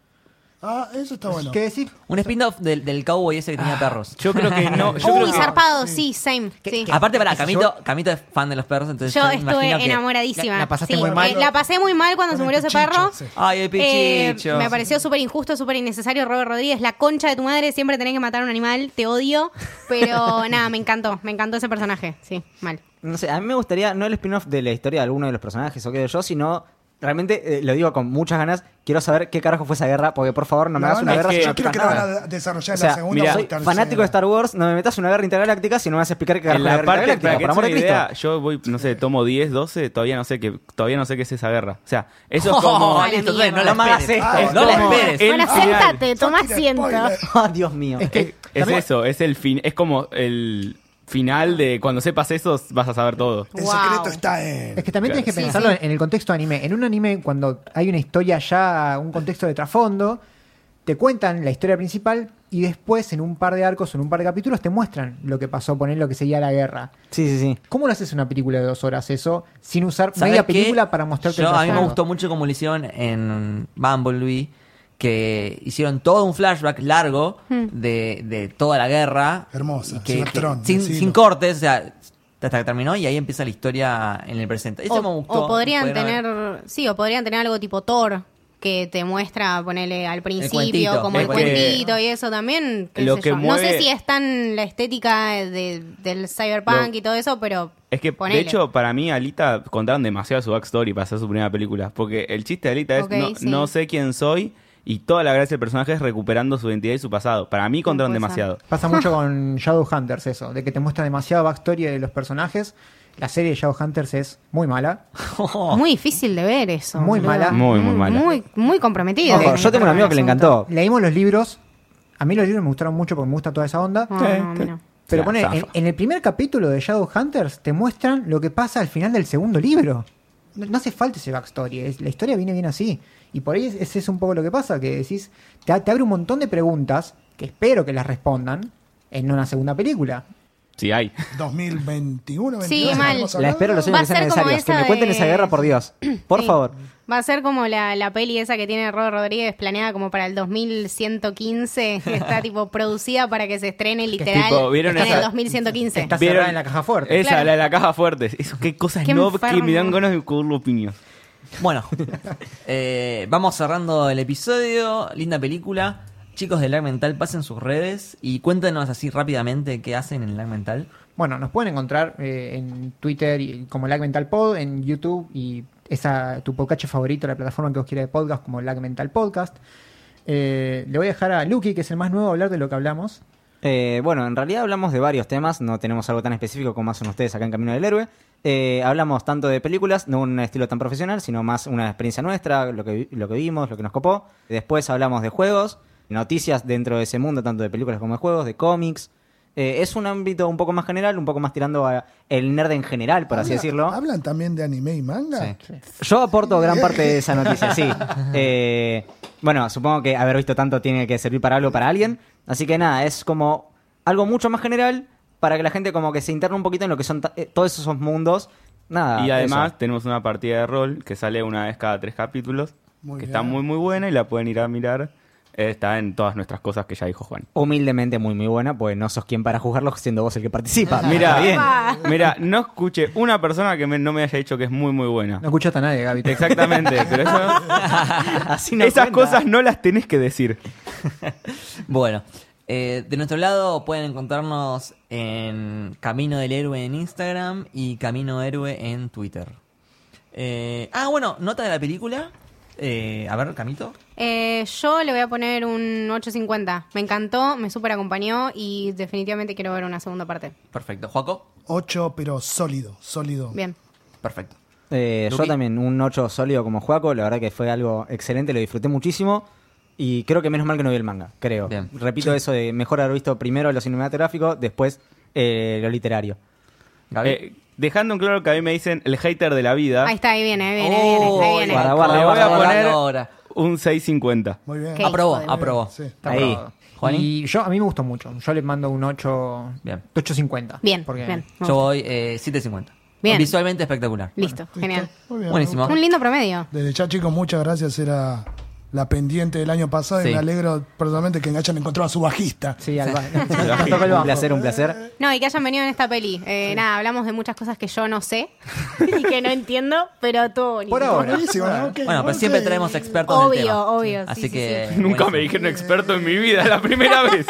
Ah, eso está bueno. Que decir, Un spin-off del, del cowboy ese que tenía perros. Ah, Yo creo que no. Yo Uy, creo que- zarpado, sí, same. sí. Aparte, pará, qué sé Camito, Camito es fan de los perros, entonces Yo me estuve imagino que- enamoradísima. La- la pasaste Sí, muy mal. eh, la pasé muy mal cuando Con se el murió ese pichicho, perro. sí. Ay, el Eh, pichicho. me pareció súper injusto, súper innecesario. Robert Rodríguez, la concha de tu madre, siempre tenés que matar a un animal, te odio. Pero nada, me encantó, me encantó ese personaje. Sí, mal. No sé, a mí me gustaría, no el spin-off de la historia de alguno de los personajes o qué sé yo, sino realmente, eh, lo digo con muchas ganas, quiero saber qué carajo fue esa guerra, porque por favor no me La hagas van a- una guerra si yo no quiero que la explicas van nada. a desarrollar en O la sea, segunda mira, o soy tercera. fanático de Star Wars, no me metas una guerra intergaláctica si no me vas a explicar qué carajo En es la guerra parte, para intergaláctica, que por amor te de des Cristo. una idea, yo voy, no sé, tomo 10, 12, todavía no sé que, todavía no sé qué es esa guerra. O sea, eso es como... Ay, listo, entonces no la no me hagas esperes. esto. No la Es como- esperes. El Bueno, final. siéntate, toma Tira asiento. spoiler. Ah, Dios mío. Es, es eso, es el fin, es como el final de cuando sepas eso vas a saber todo. El Wow. secreto está en. es que también Claro. tienes que Sí, pensarlo sí. en el contexto anime. En un anime, cuando hay una historia ya, un contexto de trasfondo, te cuentan la historia principal y después, en un par de arcos, en un par de capítulos, te muestran lo que pasó, poner lo que seguía la guerra. Sí, sí, sí. ¿Cómo lo haces una película de dos horas eso sin usar ¿Sabés media qué? película para mostrarte Yo, el A mí me trasfondo? gustó mucho como lo hicieron en Bumblebee, que hicieron todo un flashback largo Hmm. de, de toda la guerra. Hermosa, Y que- Cybertron, que- sin, decilo. sin cortes, o sea, hasta que terminó y ahí empieza la historia en el presente. Eso O, me gustó. o podrían Pudieron haber- tener, sí, o podrían tener algo tipo Thor que te muestra, ponele al principio, cuentito, como el el cuentito. cuentito y eso también. qué Lo sé que yo. No sé mueve- si es tan la estética de- del cyberpunk Lo- y todo eso, pero Es que, ponele. de hecho, para mí, Alita contaron demasiado su backstory para hacer su primera película. Porque el chiste de Alita es: Ok, no, sí. no sé quién soy Y toda la gracia del personaje es recuperando su identidad y su pasado. Para mí contaron puede ser. demasiado. Pasa mucho con Shadowhunters eso, de que te muestra demasiada backstory de los personajes. La serie de Shadowhunters es muy mala. Muy difícil de ver eso. Muy boludo. mala. Oh. Muy, muy mala. Muy, muy comprometida. Ojo, yo tengo un amigo que le encantó. Leímos los libros. A mí los libros me gustaron mucho porque me gusta toda esa onda. No, no, a mí no. Pero Ah, pone, zafa. en, en el primer capítulo de Shadowhunters te muestran lo que pasa al final del segundo libro. No, no hace falta ese backstory, es- la historia viene bien así. Y por ahí es- ese es un poco lo que pasa, que decís, te, a- te abre un montón de preguntas que espero que las respondan en una segunda película. Sí, hay. 2021, Sí, 22, mal. estamos La espero hablando. los Va a años que sean ser como necesarios. Que esa me cuenten de- esa guerra, por Dios. Por Sí. favor. Va a ser como la, la peli esa que tiene Rodo Rodríguez planeada como para el 2115, que está tipo producida para que se estrene literal tipo, ¿vieron en esa- el 2115. Está ¿Vieron? cerrada en la caja fuerte. Esa, Claro. la de la caja fuerte. Eso, qué cosas Qué no que me dan enfermo. ganas de curlo piños. Bueno, eh, vamos cerrando el episodio. Linda película. Chicos de Lag Mental, pasen sus redes y cuéntanos así rápidamente qué hacen en Lag Mental. Bueno, nos pueden encontrar eh, en Twitter y- como Lag Mental Pod, en YouTube y esa tu podcast favorito, la plataforma que vos quieras de podcast como Lag Mental Podcast. Eh, le voy a dejar a Lucky, que es el más nuevo, a hablar de lo que hablamos. Eh, bueno, en realidad hablamos de varios temas, no tenemos algo tan específico como hacen ustedes acá en Camino del Héroe. Eh, hablamos tanto de películas, no un estilo tan profesional, sino más una experiencia nuestra, lo que, vi- lo que vimos, lo que nos copó. Después hablamos de juegos, noticias dentro de ese mundo, tanto de películas como de juegos, de cómics. Eh, es un ámbito un poco más general, un poco más tirando a el nerd en general, por así Habla- decirlo. ¿Hablan también de anime y manga? Yo aporto gran parte de esa noticia, sí. Eh, bueno, supongo que haber visto tanto tiene que servir para algo para alguien. Así que nada, es como algo mucho más general para que la gente como que se interne un poquito en lo que son ta- eh, todos esos mundos. Nada. y además eso. tenemos una partida de rol que sale una vez cada tres capítulos. Muy que bien. está muy, muy buena y la pueden ir a mirar. Eh, Está en todas nuestras cosas que ya dijo Ah, Juan. humildemente muy muy buena, pues no sos quien para juzgarlo siendo vos el que participa. Ah, Mira, Está bien. mira, no escuché una persona que me- no me haya dicho que es muy, muy buena. No escuchaste a nadie, Gaby. Exactamente, pero eso- Así no esas cuenta. cosas no las tenés que decir. Bueno, eh, de nuestro lado pueden encontrarnos en Camino del Héroe en Instagram y Camino Héroe en Twitter. Eh, ah, bueno, nota de la película. Eh, a ver, Camito. Eh, yo le voy a poner un 850. Me encantó, me súper acompañó y definitivamente quiero ver una segunda parte. Perfecto. Juaco. 8, pero sólido, sólido. Bien. Perfecto. Eh, yo Luqui. también, un 8 sólido como Juaco, la verdad que fue algo excelente, lo disfruté muchísimo. Y creo que menos mal que no vi el manga, creo. Bien. Repito eso de mejor haber visto primero lo cinematográfico, después eh, lo literario. Gaby. Eh, dejando en claro que a mí me dicen el hater de la vida, Ahí está, ahí viene, ahí viene, ahí viene, ahí viene. Oh, guarda, Le guarda, voy a guarda, poner guarda ahora. un 650. Muy bien. Qué hijo Aprobó, de puta. aprobó. Sí. Está Ahí. aprobado. Juani. Y yo, a mí me gustó mucho. Yo le mando un 8... Bien. 8.50. Bien, Porque bien. me Yo gusta. voy eh, 7.50. Bien. Visualmente espectacular. Listo, genial. Listo. Muy bien. Buenísimo. Un lindo promedio. Desde ya, chicos, muchas gracias. Era la pendiente del año pasado Sí. y me alegro personalmente que Gachan encontró a su bajista. Sí, al ba- un toca el bajo. placer, un placer. No, y que hayan venido en esta peli. Eh, Nada, hablamos de muchas cosas que yo no sé y que no entiendo, pero todo bonito. Por ahora. Buenísimo, ¿no? Ok, Bueno, pues siempre ok. traemos expertos Obvio, del tema. obvio, sí, Así sí, que. Nunca me buenísimo. dijeron experto en mi vida, la primera vez.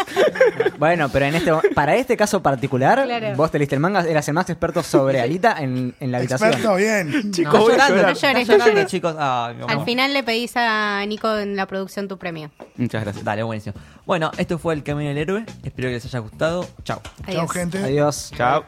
Bueno, pero en este, para este caso particular, Claro. vos te leíste el manga, eras el más experto sobre Alita en, en la habitación. Experto, bien. Chicos, Está voy a llorando, llorar. no llores. está llorando, chicos. Ah, mi amor. Al final le pedís a Nico en la producción tu premio. Muchas gracias. Dale, buenísimo. Bueno, esto fue El Camino del Héroe. Espero que les haya gustado. Chao. Chao, Adiós. gente. Adiós. Chao.